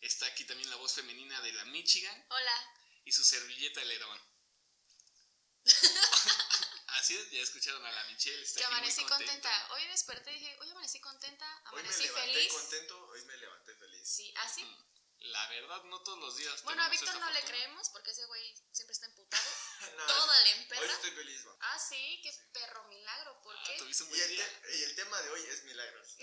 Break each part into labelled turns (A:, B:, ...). A: este Carolina de la Michigan
B: Hola.
A: y su servilleta de lerón. Así es, ya escucharon a la Michelle. Está
B: que
A: aquí muy
B: amanecí contenta. Hoy desperté y dije, hoy amanecí contenta,
C: Hoy me
B: amanecí
C: levanté
B: feliz.
C: contento, hoy me levanté feliz.
B: Sí, así.
A: Mm, La verdad, no todos los días.
B: bueno, a
A: tenemos
B: Víctor
A: esta
B: no le
A: fortuna.
B: creemos porque ese güey siempre está emputado.
C: No,
B: Toda la
C: hoy
B: emperra.
C: estoy feliz, va.
B: Ah, sí, qué perro milagro. ¿Por
A: Ah,
B: qué?
A: tuviste un
C: Y
A: buen
C: el,
A: día.
C: te- y el tema de hoy es milagros.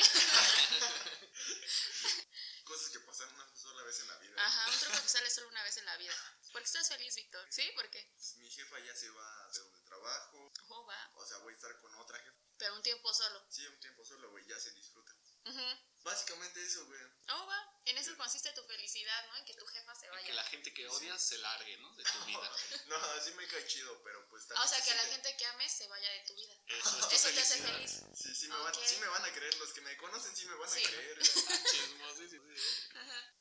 C: Cosas que pasan una sola vez en la vida.
B: Ajá, un truco que sale solo una vez en la vida. ¿Por qué estás feliz, Víctor? ¿Sí? ¿Por qué?
C: Pues, Mi jefa ya se va de donde trabajo.
B: Oh, va.
C: O sea, voy a estar con otra jefa.
B: Pero un tiempo solo.
C: Sí, un tiempo solo, güey, ya se disfruta.
B: Ujú.
C: Básicamente eso, güey.
B: Oh, va. En eso consiste tu felicidad, ¿no? En que tu jefa se
A: Y Que
B: vaya. Ah,
A: la gente que odias se largue, ¿no? De tu vida.
C: No, así me cae chido, pero pues
B: Ah,
C: también.
B: o sea,
C: se
B: que la
C: siente-
B: gente que ames se vaya de tu vida.
A: Eso es tu
B: Eso te hace
A: felicidad.
B: feliz.
C: Sí, sí me, van,
B: Ok.
C: sí me van a creer. Los que me conocen sí me van
B: Sí.
C: a creer. güey.
A: Chismosísimo, sí.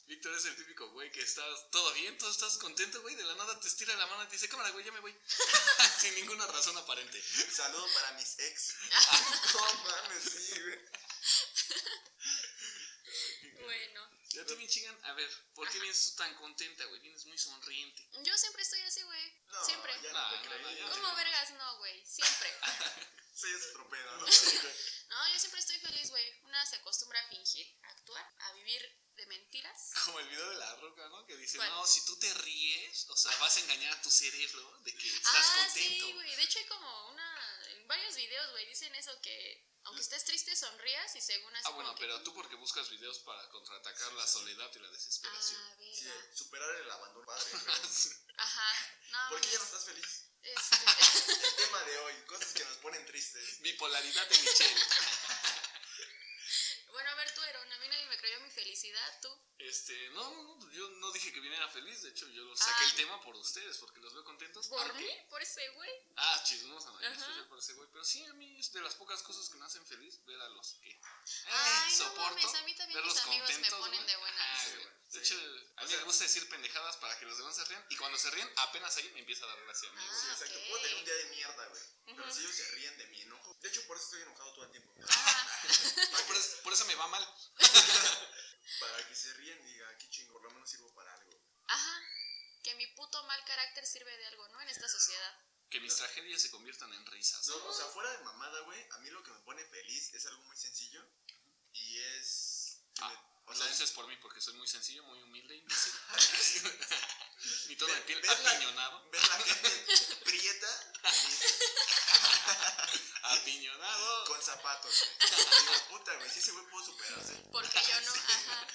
A: Víctor es el típico güey que estás todo bien, todo estás contento, güey. De la nada te estira la mano y te dice, cámara, güey, ya me voy. Sin ninguna razón aparente.
C: Saludo para mis ex. no mames, sí, güey.
B: Bueno.
A: Ya te chingan. A ver, ¿por qué vienes tú tan contenta, güey? Vienes muy sonriente.
B: Yo siempre estoy así, güey.
C: No,
B: siempre.
A: No,
C: Ya no,
A: no,
C: te creí.
A: no, ya
B: ¿Cómo vergas no, güey? Siempre.
C: Sí, es otro pedo, ¿no?
B: No, yo siempre estoy feliz, güey. Una se acostumbra a fingir, a actuar, a vivir de mentiras.
A: Como el video de la roca, ¿no? Que dice,
B: ¿Cuál?
A: no, si tú te ríes, o sea, vas a engañar a tu cerebro de que estás
B: ah,
A: contento.
B: sí, güey. De hecho, hay como una. En varios videos, güey, dicen eso que. Aunque estés triste, sonrías y según así.
A: ah, bueno,
B: como que-
A: pero tú porque buscas videos para contraatacar
C: Sí,
A: la
C: sí, sí.
A: soledad y la desesperación.
B: Ah,
C: Sí,
B: verga.
C: superar el abandono padre. Pero,
B: Ajá. No,
C: ¿Por qué ya no
B: mames.
C: estás feliz?
B: Este,
C: El tema de hoy, cosas que nos ponen tristes.
A: Bipolaridad de Michelle.
B: Bueno, a ver, tú, Erona. A mí nadie me creyó mi felicidad, tú.
A: Este, no, no, no, yo no dije que viniera feliz, de hecho yo lo saqué
B: Ah.
A: el tema por ustedes, porque los veo contentos.
B: ¿Por
A: aunque-
B: mí? ¿Por ese güey?
A: Ah, chismosa, no, yo
B: Ajá.
A: especial por ese güey. Pero sí, a mí es de las pocas cosas que me hacen feliz ver a los que eh,
B: Ay, no
A: soporto.
B: mames, a mí también
A: verlos
B: mis amigos me
A: contentos,
B: ponen
A: güey.
B: de buenas.
A: Ah,
C: Sí,
A: güey.
C: güey,
A: De
C: sí.
A: hecho, a
C: O
A: mí
C: sea-
A: me gusta decir pendejadas para que los demás se rían. Y cuando se ríen, apenas ahí me empieza a dar gracia. a mí.
B: Ah,
C: Sí, exacto.
B: ok.
C: Puedo tener un día de mierda, güey. Pero
B: Ujú.
C: si ellos se ríen de mi enojo. De hecho, por eso estoy enojado todo el tiempo.
B: Ah,
A: No, por, eso, por eso me va mal.
C: Para que se ríen y diga, qué chingo, por lo menos sirvo para algo.
B: ajá. Que mi puto mal carácter sirve de algo, ¿no? En esta sociedad.
A: Que mis tragedias se conviertan en risas.
C: No, o sea, fuera de mamada, güey, a mí lo que me pone feliz es algo muy sencillo. Y es. que me-
A: Ah,
C: o sea,
A: lo dices por mí, porque soy muy sencillo, muy humilde, imbécil. Ni todo de
C: Ve-
A: piel
C: verla-
A: apiñonado.
C: ver la gente prieta feliz, güey,
A: Apiñonado.
C: con zapatos, güey. Digo, puta, güey, si ese güey pudo superarse.
B: Porque yo no, ajá.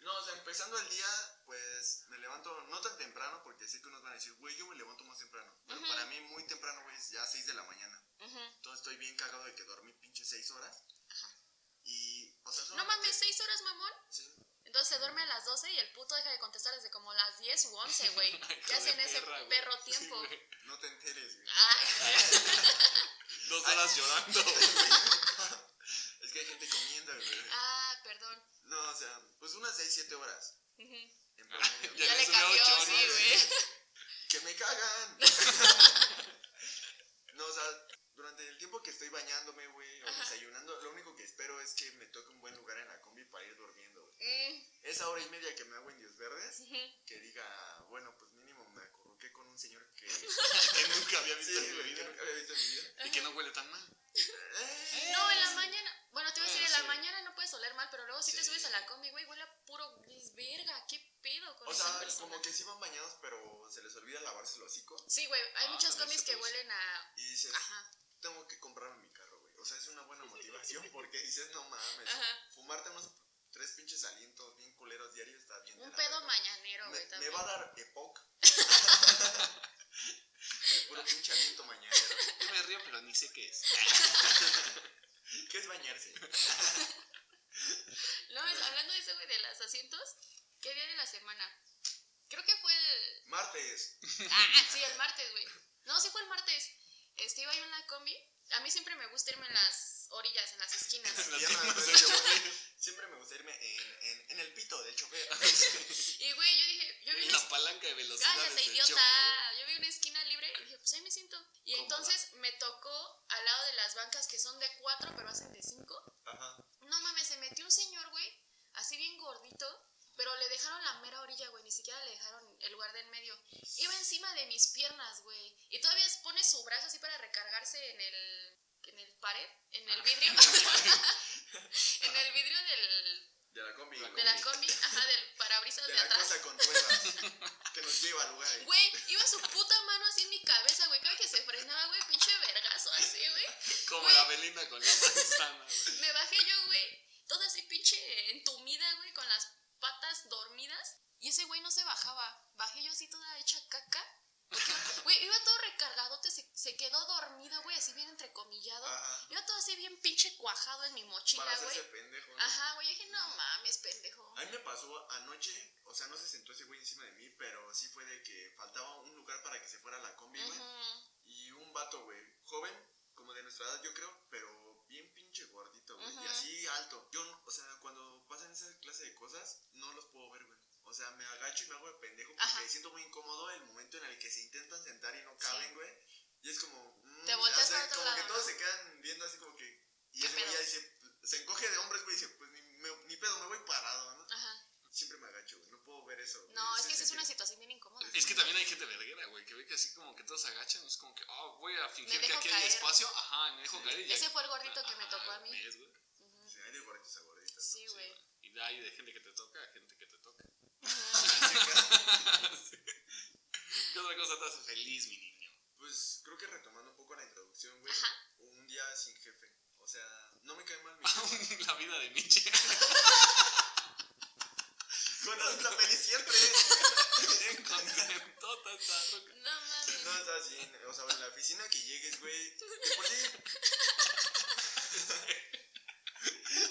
C: No, o sea, empezando el día, pues me levanto no tan temprano, porque sé que unos van a decir, güey, yo me levanto más temprano. Pero
B: Ujú.
C: para mí, muy temprano, güey, es ya 6 de la mañana.
B: Ujú.
C: Entonces estoy bien cagado de que dormí pinche 6 horas. Y, o sea,
B: No
C: solamente-
B: mames, seis horas, mamón.
C: Sí.
B: Entonces se duerme a las 12 y el puto deja de contestar desde como las 10 u 11, güey.
A: Hijo
B: ¿Qué
A: de
B: hacen ese
A: perra, güey.
B: perro
A: Sí,
B: tiempo?
A: güey.
C: No te enteres, güey.
B: Ay,
A: Dos horas llorando.
C: Es que hay gente comiendo, güey.
B: ah, perdón.
C: No, o sea, pues unas 6, 7 horas.
B: Ujú.
C: En promedio.
B: Ya, le
A: subió
B: cambió,
A: ocho,
B: sí,
A: ¿no?
B: güey.
C: ¡Que me cagan! no, o sea, durante el tiempo que estoy bañándome, güey, o
B: Ajá.
C: desayunando, lo único que espero es que me toque un buen lugar en la combi para ir durmiendo, güey.
B: Mm,
C: Esa hora y media que me hago indios verdes,
B: ujú.
C: que diga, bueno, pues mínimo me acurruqué con un señor que,
A: Que nunca había visto
C: Sí,
A: en mi
C: güey, que
A: vida.
C: nunca había visto en mi vida.
A: Y que no huele tan mal.
C: Eh,
B: No, en la mañana. Bueno, te iba a decir,
A: Bueno,
B: en la
A: Ah, sí.
B: mañana no puedes oler mal, pero luego si te
C: Sí.
B: subes a la combi, güey, huele a puro gris, verga. ¿Qué pedo con
C: O
B: esa
C: sea,
B: persona?
C: como que sí van bañados, pero se les olvida lavarse el hocico.
B: Sí, güey, hay
A: Ah,
B: muchas
A: también
B: combis
A: se
B: que
A: puede.
B: huelen a.
C: Y dices,
B: Ajá.
C: tengo que comprarme mi carro, güey. O sea, es una buena motivación porque dices, no mames,
B: Ajá.
C: fumarte unos tres pinches alientos bien culeros diarios está bien. de
B: Un
C: la
B: pedo
C: verga.
B: mañanero,
C: me,
B: güey,
C: me
B: también.
C: va a dar epoc. El puro pinche aliento mañana.
A: Yo me río, pero ni sé qué es.
C: ¿Qué es bañarse?
B: No, es- hablando de eso, güey, de los asientos, ¿qué día de la semana? Creo que fue el.
C: Martes.
B: Ah, sí, el martes, güey. No, sí fue el martes. Este, iba yo en la combi. A mí siempre me gusta irme en las orillas, en las esquinas.
A: La
C: Piernas
A: pierna
C: del
A: del
C: chofer. Siempre me gusta irme en, en, en el pito del chofer.
B: Y, güey, yo dije, yo vi una
A: La palanca de velocidad.
B: Cállate, idiota. Yo vi una esquina libre y dije, pues ahí me siento. Y
A: Cómoda.
B: entonces me tocó al lado de las bancas que son de cuatro, pero hacen de cinco.
C: Ajá.
B: No mames, se metió un señor, güey, así bien gordito, pero le dejaron la mera orilla, güey, ni siquiera le dejaron el lugar del medio. Iba encima de mis piernas, güey. Y todavía pone su brazo así para recargarse en el. en el pared, en el vidrio. en el vidrio del.
C: De la combi.
B: de la combi, ajá, del parabrisas
C: De
B: de
C: la
B: atrás.
C: cosa con ruedas. que nos lleva al lugar. ahí.
B: Güey, iba su puta mano así en mi cabeza, güey. Cada que se frenaba, güey, pinche vergazo así, güey.
A: Como
B: Güey.
A: la Belinda con la manzana, güey.
B: Me bajé yo, güey, toda así pinche entumida, güey, con las patas dormidas. Y ese güey no se bajaba. Bajé yo así toda hecha caca. Porque, güey, iba todo recargadote, se, se quedó dormido, güey, así bien entrecomillado.
C: Ajá.
B: Iba todo así bien pinche cuajado en mi
C: Ah. Para
B: mochila, güey.
C: hacerse pendejo. ¿no?
B: Ajá, güey, yo dije, no mames, pendejo.
C: A mí me pasó anoche, o sea, no se sentó ese güey encima de mí, pero sí fue de que faltaba un lugar para que se fuera la combi, güey.
B: Ujú,
C: Y un vato, güey, joven, como de nuestra edad, yo creo, pero bien pinche gordito, güey. Y
B: Ujú.
C: así alto. Yo, no- o sea, cuando pasan esa clase de cosas, no los puedo ver, güey. O sea, me agacho y me hago de pendejo porque
B: Ajá.
C: siento muy incómodo el momento en el que se intentan sentar y no caben, güey. Y es como. mm,
B: Te volteas
C: o sea,
B: para otro
C: como que
B: lado,
C: todos
B: ¿no?
C: se quedan viendo así como que. Y
B: ¿Qué
C: ese güey
B: pedo?
C: ya dice. Se encoge de hombres, güey, y dice, pues ni, me- ni pedo, me voy parado, ¿no?
B: Ajá.
C: Siempre me agacho, güey. No puedo ver eso. güey.
B: No, es
C: Ese
B: que esa es una
C: sentir-
B: situación bien incómoda.
A: Es que también hay gente verguera, güey, que ve que así como que todos se agachan. Es como que, ah, voy a fingir que
B: dejo
A: aquí hay
B: caer.
A: espacio. Ajá, me dejo caer. Y ya-
B: Ese fue el gordito que me
A: Ajá,
B: tocó a mí.
A: ¿ves, güey?
B: Ujú.
C: Sí, hay de gorditos a gorditos. ¿no?
B: Sí, güey.
A: Y de ahí de gente que te toca a gente que te toca. ¿Qué otra cosa te hace feliz, mi niño?
C: Pues creo que retomando un poco la introducción, güey.
B: Ajá.
C: Un día sin jefe. O sea, no me cae mal mi jefe.
A: Aún la vida de Miche.
C: Con la feliz siempre.
A: Bien contentota esta roca.
B: No mames.
C: No, o sea, sí, o sea, en la oficina que llegues, güey. de por sí.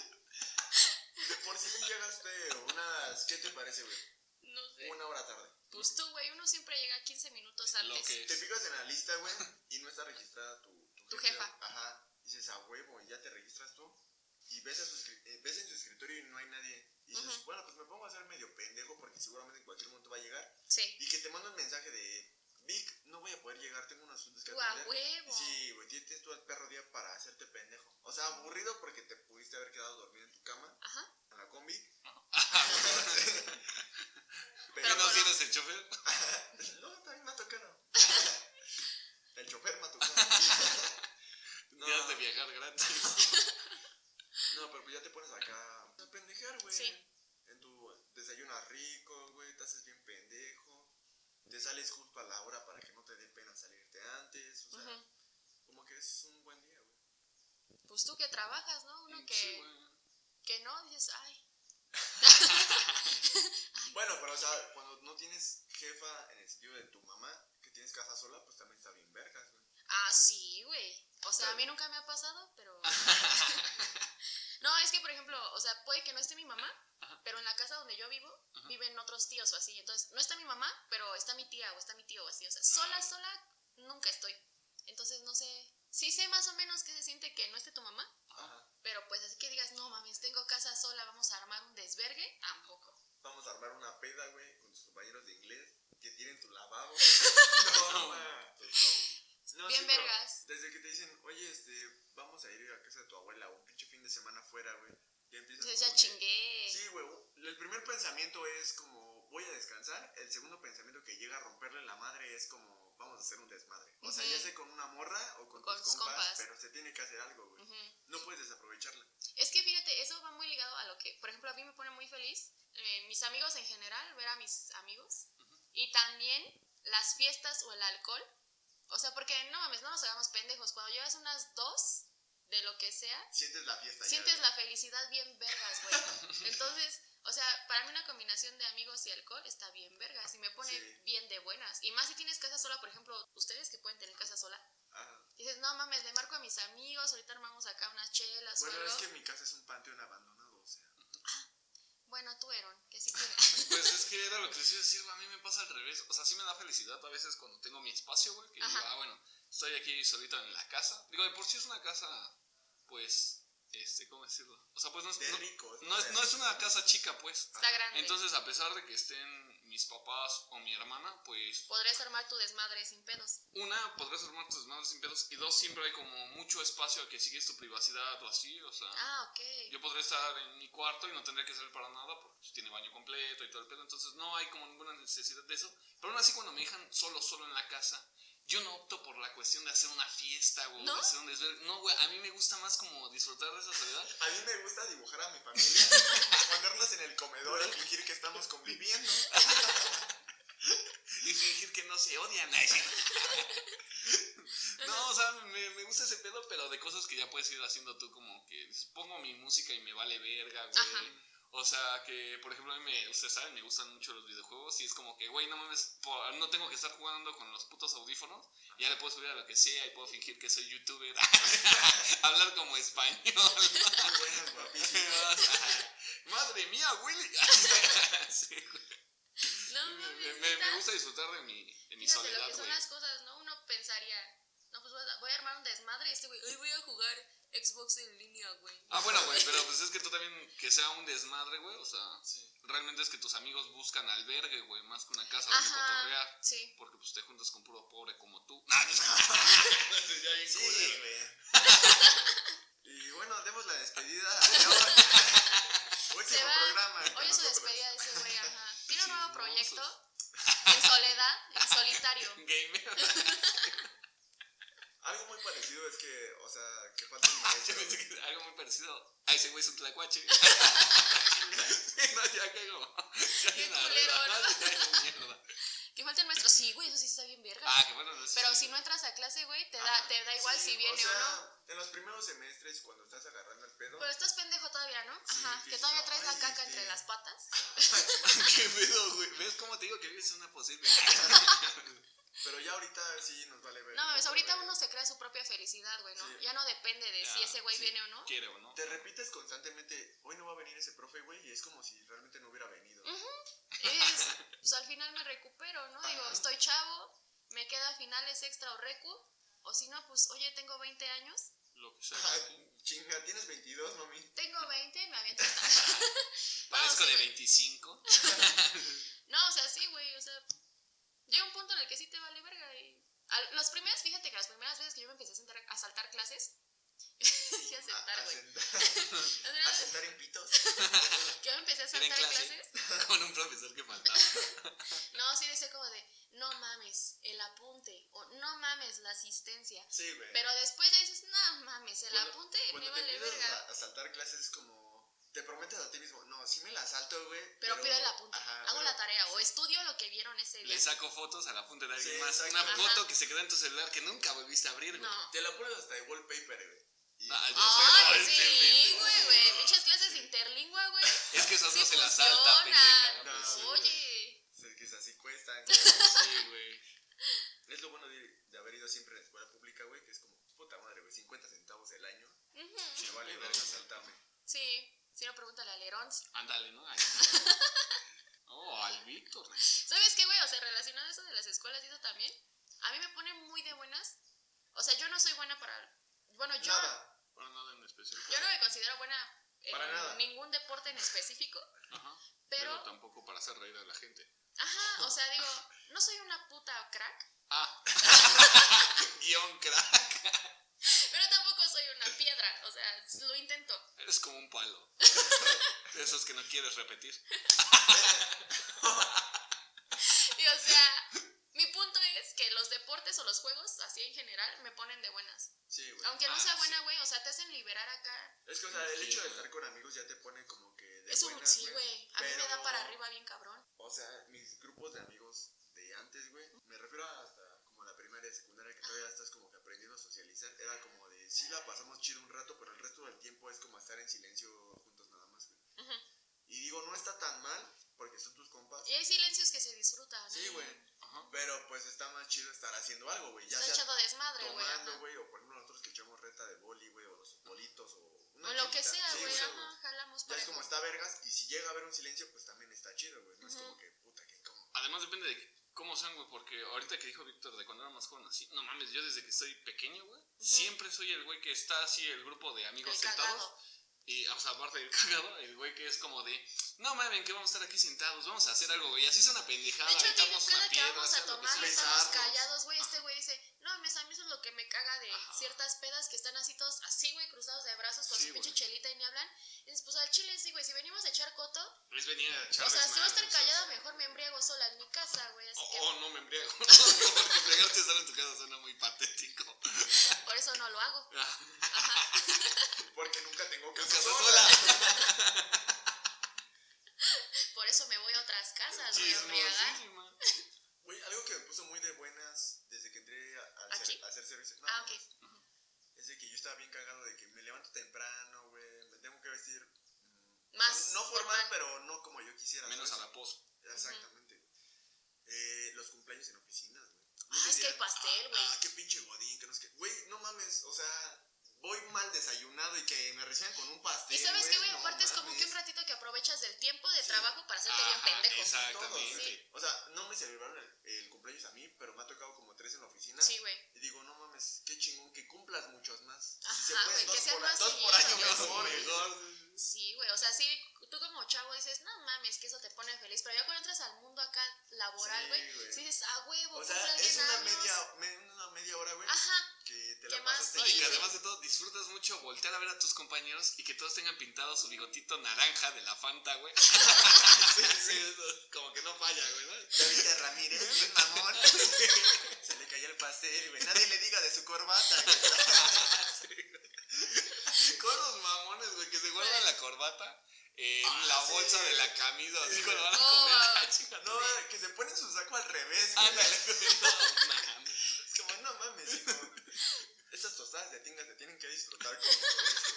C: De por sí llegaste unas. ¿Qué te parece, güey?
B: No sé.
C: Una hora tarde.
B: Pues tú, güey, uno siempre llega 15 minutos
A: Lo
B: antes.
A: que-
C: Te fijas en la lista, güey, y no está registrada tu,
B: Tu
C: jefe.
B: jefa.
C: Ajá. Dices, a huevo, y ya te registras tú. Y ves, a su escri- eh, ves en su escritorio y no hay nadie. Y dices,
B: Ujú.
C: bueno, pues me pongo a hacer medio pendejo porque seguramente en cualquier momento va a llegar.
B: Sí.
C: Y que te manda un mensaje de, Vic, no voy a poder llegar, tengo unos asuntos que
B: Guau,
C: atender.
B: huevo.
C: Sí, güey, tienes tienes todo el perro día para hacerte pendejo. O sea, aburrido porque te pudiste haber quedado dormido en tu cama,
B: Ajá.
C: en la combi.
A: ¿Y
B: Pero
A: no
B: bueno.
A: tienes el chofer?
C: No, también me ha tocado. El chofer me ha tocado. No,
A: Días de viajar gratis.
C: no, pero pues ya te pones acá a pendejear, güey.
B: Sí.
C: En tu desayunas rico, güey, te haces bien pendejo. Te sales justo a la hora para que no te dé pena salirte antes. O sea,
B: Ujú.
C: como que es un buen día, güey.
B: Pues tú que trabajas, ¿no? Uno que,
A: Sí, güey.
B: que no, dices, ay.
C: Bueno, pero o sea, cuando no tienes jefa en el sentido de tu mamá, que tienes casa sola, pues también está bien vergas, güey.
B: Ah, sí, güey. O sea, a mí nunca me ha pasado, pero. no, es que, por ejemplo, o sea, puede que no esté mi mamá,
A: Ajá.
B: pero en la casa donde yo vivo viven otros tíos o así. Entonces, no está mi mamá, pero está mi tía o está mi tío o así. O sea, sola, sola, nunca estoy. Entonces, no sé. Sí sé más o menos qué se siente que no esté tu mamá,
C: Ajá.
B: Pero pues así que digas, no mames, tengo casa sola, vamos a armar un desvergue, tampoco.
C: Vamos a armar una peda, güey, con tus compañeros de inglés que tienen tu lavabo. no,
A: No,
C: ma. No,
B: Bien
C: sí, pero
B: vergas.
C: Desde que te dicen, oye, este, vamos a ir a casa de tu abuela un pinche fin de semana fuera, güey. Ya empiezas.
B: Entonces ya
C: como que-
B: chingué.
C: Sí, güey. El primer pensamiento es como, voy a descansar. El segundo pensamiento que llega a romperle la madre es como, vamos a hacer un desmadre. O sea,
B: Ujú.
C: ya sea con una morra o con,
B: Con
C: tus
B: tus
C: compas,
B: compas.
C: pero se tiene que hacer algo, güey.
B: Ujú.
C: No puedes desaprovecharla.
B: Es que fíjate, eso va muy ligado a lo que, por ejemplo, a mí me pone muy feliz eh, mis amigos en general, ver a mis amigos. Y también las fiestas o el alcohol. O sea, porque no mames, no nos hagamos pendejos. Cuando llevas unas dos de lo que sea,
C: Sientes la fiesta. ya,
B: sientes
C: güey.
B: la felicidad bien vergas, güey. Entonces, o sea, para mí una combinación de amigos y alcohol está bien vergas y me pone
C: Sí.
B: bien de buenas. Y más si tienes casa sola, por ejemplo, ustedes que pueden tener casa sola,
C: Ajá.
B: dices, no mames, le marco a mis amigos, ahorita armamos acá unas chelas o
C: Bueno,
B: algo.
C: es que en mi casa es un panteón abandonado, o sea.
B: Bueno, tú, Aaron, que sí tiene.
A: Pues es que era lo que les iba a decir, güey, a mí me pasa al revés. O sea, sí me da felicidad a veces cuando tengo mi espacio, güey, que digo,
B: Ajá.
A: ah, bueno, estoy aquí solito en la casa. Digo, de por sí es una casa, pues, este, ¿cómo decirlo? O sea, pues no es,
C: De
A: no,
C: rico.
A: no es, no es una casa chica, pues.
B: Está grande.
A: Entonces, a pesar de que estén mis papás o mi hermana, pues
B: Podrías armar tu desmadre sin pedos.
A: una, podrás armar tus madres sin pedos y dos, siempre hay como mucho espacio a que sigues tu privacidad o así, o sea,
B: Ah, ok.
A: yo podré estar en mi cuarto y no tendré que salir para nada porque pues, tiene baño completo y todo el pedo, entonces no hay como ninguna necesidad de eso, pero aún así cuando me dejan solo, solo en la casa, yo no opto por la cuestión de hacer una fiesta, güey,
B: ¿No?
A: de hacer un desver- no, güey, a mí me gusta más como disfrutar de esa soledad
C: A mí me gusta dibujar a mi familia, ponerlos en el comedor y fingir que estamos conviviendo.
A: y fingir que no se odian. ay, sí. No, o sea, me, me gusta ese pedo, pero de cosas que ya puedes ir haciendo tú, como que dices, pongo mi música y me vale verga, güey.
B: Ajá.
A: O sea, que por ejemplo, a mí me, ustedes saben, me gustan mucho los videojuegos y es como que, güey, no mames, po- no tengo que estar jugando con los putos audífonos. Ya le puedo subir a lo que sea y puedo fingir que soy youtuber. Hablar como español.
C: Muy buenas, guapísimas.
A: Madre mía, Willy. Sí, güey.
B: No,
A: pues, me,
B: mames,
A: me- me
B: neta.
A: gusta disfrutar de mi, de mi
B: Fíjate lo
A: soledad,
B: que son
A: güey.
B: las cosas, ¿no? Uno pensaría, no, pues voy a- voy a armar un desmadre y este güey, hoy voy a jugar Xbox en línea, güey.
A: Ah, bueno, güey, pero pues es que tú también, que sea un desmadre, güey, o sea,
C: Sí.
A: realmente es que tus amigos buscan albergue, güey, más que una casa donde
B: Ajá,
A: cotorrear,
B: sí.
A: porque pues te juntas con puro pobre como tú. ya bien
C: Sí,
A: culero.
C: güey. Y bueno, demos la despedida. Último
B: Se va.
C: programa. con
B: Hoy es su
C: nosotros.
B: despedida de ese güey, ajá. Tiene un
A: Sí,
B: nuevo
A: no,
B: proyecto en soledad, en solitario.
A: Gamer.
C: Algo muy parecido es que, o sea, que falta un maestro.
A: Ah, Yo pensé que era algo muy parecido. Ah, ese güey es un tlacuache. no, ya cagó. Ya
B: Qué
A: en la
B: culero,
A: reda,
B: ¿no?
A: ya en mierda.
B: Que falten nuestros, sí, güey, eso sí está bien verga.
A: Ah, que bueno, no sé
B: Pero si no entras a clase, güey, te da,
C: Ajá.
B: te da igual
C: Sí,
B: si viene o,
C: sea,
B: no. Pues
C: En los primeros semestres, cuando estás agarrando el pedo,
B: Pero estás pendejo todavía, ¿no?
C: Sí,
B: Ajá, que
C: dices,
B: todavía traes la
C: "Ay,
B: caca
C: sí".
B: entre las patas.
A: ¿Qué pedo, güey? ¿Ves cómo te digo que vives en una posible?
C: pero ya ahorita sí nos vale ver.
B: No
C: un
B: mames,
C: poco,
B: ahorita
C: güey.
B: uno se crea su propia felicidad, güey, ¿no?
C: Sí.
B: Ya no depende de si
A: Ya,
B: ese güey
A: sí.
B: viene o no.
A: Quiere o no.
C: Te repites constantemente, hoy no va a venir ese profe, güey, y es como si realmente no hubiera venido.
B: Mm. Es, pues al final me recupero, ¿no? Digo,
C: Ajá.
B: estoy chavo, me queda finales extra o recu, o si no, pues, oye, tengo 20 años,
A: Lo que sea. güey.
C: Ay, Chinga, tienes 22, mami.
B: tengo 20, me aviento esta. No,
A: Parezco
B: sí,
A: de
B: güey.
A: 25.
B: No, o sea, sí, güey, o sea, llega un punto en el que sí te vale verga y... al- las primeras, fíjate que las primeras veces que yo me empecé a, sentar, a saltar clases, y a
C: A-
B: sentar,
C: a
B: güey.
C: sentar-
B: Las
C: A
B: primeras veces
C: sentar en pitos.
B: que yo me empecé a
A: Era en
B: saltar
A: clase.
B: clases,
A: Con un profesor que faltaba.
B: no, sí decía como de, no mames, el apunte, o no mames, la asistencia.
C: Sí, güey.
B: Pero después ya dices, no mames, el
C: Cuando-
B: apunte me
C: Cuando te
B: vale
C: empiezas
B: verga.
C: a- a saltar clases es como, te prometes a ti mismo, no, sí me la salto, güey.
B: Pero, pido el apunte,
C: ajá,
B: hago
C: pero-
B: la tarea o estudio lo que vieron ese día.
A: Le saco fotos a la punta de alguien
C: Sí,
A: más.
C: exacto.
A: Una
B: Ajá.
A: foto que se queda en tu celular que nunca volviste a abrir, güey.
B: No.
C: Te la pones hasta de wallpaper, güey. Y-
A: Ah, ya sé.
B: Ay,
A: Ay,
B: sí,
A: sí,
B: güey, güey. Pinches clases de interlingua, güey.
A: Es que esas
B: Sí
A: no se las salta,
B: funcionan.
A: pendeja.
C: No,
A: Pues,
B: Oye.
C: Sí, que es así cuesta.
A: Sí, güey.
C: es lo bueno de, de haber ido siempre a la escuela pública, güey, que es como, puta madre, güey, 50 centavos el año.
B: Ujú.
A: Sí,
C: Me vale
A: güey.
C: verga saltarme.
B: Sí. Si no, pregúntale a Lerón.
A: Ándale, ¿no? Ay. Oh, al Víctor.
B: ¿Sabes qué, güey? O sea, relacionado a eso de las escuelas y eso también, a mí me pone muy de buenas. O sea, yo no soy buena para... Bueno, yo,
C: Nada.
A: Bueno, nada en especial.
B: yo no me considero buena en
C: Para nada.
B: ningún deporte en específico,
A: Ajá.
B: pero...
A: Pero tampoco para hacer reír a la gente.
B: Ajá, o sea, digo, no soy una puta crack,
A: Ah. Guión crack.
B: Pero tampoco soy una piedra, o sea, lo intento.
A: Eres como un palo. De esos que no quieres repetir.
B: Y o sea, mi punto es que los deportes o los juegos, así en general, me ponen de buenas.
C: Sí, güey.
B: Aunque no
A: Ah,
B: sea buena,
A: sí.
B: güey, o sea, te hacen liberar acá.
C: Es que, o sea, el
A: Sí,
C: hecho de
A: güey.
C: estar con amigos ya te pone como que de
B: Eso
C: buenas,
B: sí, güey. A mí me da
C: pero-
B: para arriba bien cabrón.
C: O sea, mis grupos de amigos de antes, güey, me refiero a hasta como la primaria y secundaria, que
B: Ah.
C: todavía estás como que aprendiendo a socializar. Era como de, sí la pasamos chido un rato, pero el resto del tiempo es como estar en silencio juntos nada más, güey.
B: Ujú.
C: Y digo, no está tan mal, porque son tus compas.
B: Y hay silencios que se disfrutan. ¿no?
C: Sí, güey.
A: Ajá.
C: Pero pues está más chido estar haciendo algo, güey. Ya
B: Está
C: sea
B: echado desmadre, güey.
C: tomando,
B: ajá.
C: güey, o por ejemplo nosotros que echamos reta de boli, güey, o los bolitos, o... una
B: O lo que
C: chelita.
B: sea,
C: Sí,
B: güey.
C: güey.
B: ajá, jalamos
C: Ya es
B: parejo.
C: como está vergas, y si llega a haber un silencio, pues también está chido, güey. No es
B: Ujú.
C: como que, puta, que como...
A: Además depende de cómo sean, güey, porque ahorita que dijo Víctor de cuando era más joven así, no mames, yo desde que estoy pequeño, güey, siempre soy el güey que está así, el grupo de amigos
B: El
A: sentados.
B: cagado.
A: Y, o sea, aparte del cagado, el güey que es como de, no mames, que vamos a estar aquí sentados, vamos a hacer algo, güey. Así es una pendejada,
B: De hecho, digo,
A: aventarnos
B: cada
A: una
B: que
A: piedra,
B: vamos
A: hacer
B: a
A: lo que
B: tomar
A: sea.
B: estamos
C: besarnos.
B: callados, güey. Este güey dice, no, mes a mí eso es lo que me caga de
A: Ajá.
B: ciertas pedas que están así todos así, güey, cruzados de brazos con
C: Sí,
B: su pinche
C: güey.
B: chelita y ni hablan. Y dices, pues al chile sí, güey, si venimos a echar coto,
A: Es venir a echar
B: o sea, si voy a
A: desmadre,
B: estar
A: o sea,
B: callado, mejor me embriago sola en mi casa, güey. Así
A: Oh,
B: que
A: oh, no me embriago. Porque embriagarte solo en tu casa suena muy patético. Ah,
B: por eso no lo hago.
C: Porque nunca tengo casa
A: Casa
C: sola.
A: sola.
B: Por eso me voy a otras casas,
A: Sí,
B: güey, a
A: es
B: embriagar.
A: hermosísima.
C: Güey, algo que me puso muy de buenas desde que entré a, al
B: ¿Aquí?
C: ser- a hacer servicio. No,
B: Ah, ok.
C: Es de que yo estaba bien cagado de que me levanto temprano, güey. Me tengo que vestir. mm,
B: Más
C: No formal,
B: formal.
C: pero no como yo quisiera.
A: Menos a
C: ¿sabes?
A: la pos.
C: Exactamente. Eh, los cumpleaños en oficinas, güey.
B: Ah, es que hay pastel, güey.
C: Ah, qué pinche godín, que no es que. Güey, no mames, o sea, voy mal desayunado y que me reciban con un pastel.
B: Y sabes qué, güey,
C: no
B: aparte es como que un
C: mames.
B: ratito que aprovechas del tiempo de
C: Sí. Ah,
B: trabajo para hacerte bien
A: Ajá,
B: pendejo.
C: Todos,
A: Ah, Exactamente.
C: O sea, no me celebraron el, el cumpleaños a mí, pero me ha tocado como tres en la oficina.
B: Sí, güey.
C: Y digo, no mames, qué chingón que cumplas muchos más.
B: Ajá, güey, que sean
C: por,
B: más
C: dos por año
B: seguidos,
C: mejor,
B: güey.
C: mejor.
B: Sí, güey, o sea, sí, tú como chavo dices, no mames, que eso te pone feliz, pero ya cuando entras al mundo acá laboral,
C: Sí,
B: güey,
C: güey.
B: sí dices, ah, huevo,
C: O
B: cumple
C: sea,
B: alguien
C: es una
B: años".
C: media, me- una media hora, güey,
B: Ajá,
C: que te
B: ¿Qué
C: la
B: más
C: pasaste
A: No, y que
B: Sí.
C: chido.
A: además de todo disfrutas mucho voltear a ver a tus compañeros y que todos tengan pintado su bigotito naranja de la Fanta, güey. Sí, sí, eso, como que no falla, güey, ¿no?
C: Ya viste a Ramírez, bien mamón. Se le cayó el pastel, güey. Nadie le diga de su corbata, güey.
A: Con los mamones, güey, que se guardan la corbata en
C: Ah,
A: la
C: sí.
A: bolsa de la camisa, así cuando van a
B: Oh.
A: comer. Ah, chinga,
C: No,
A: sí.
C: que se ponen su saco al revés, güey.
A: Ándale, güey, no mames.
C: Es como, no mames, hijo. Estas tostadas de tinga te tienen que disfrutar como.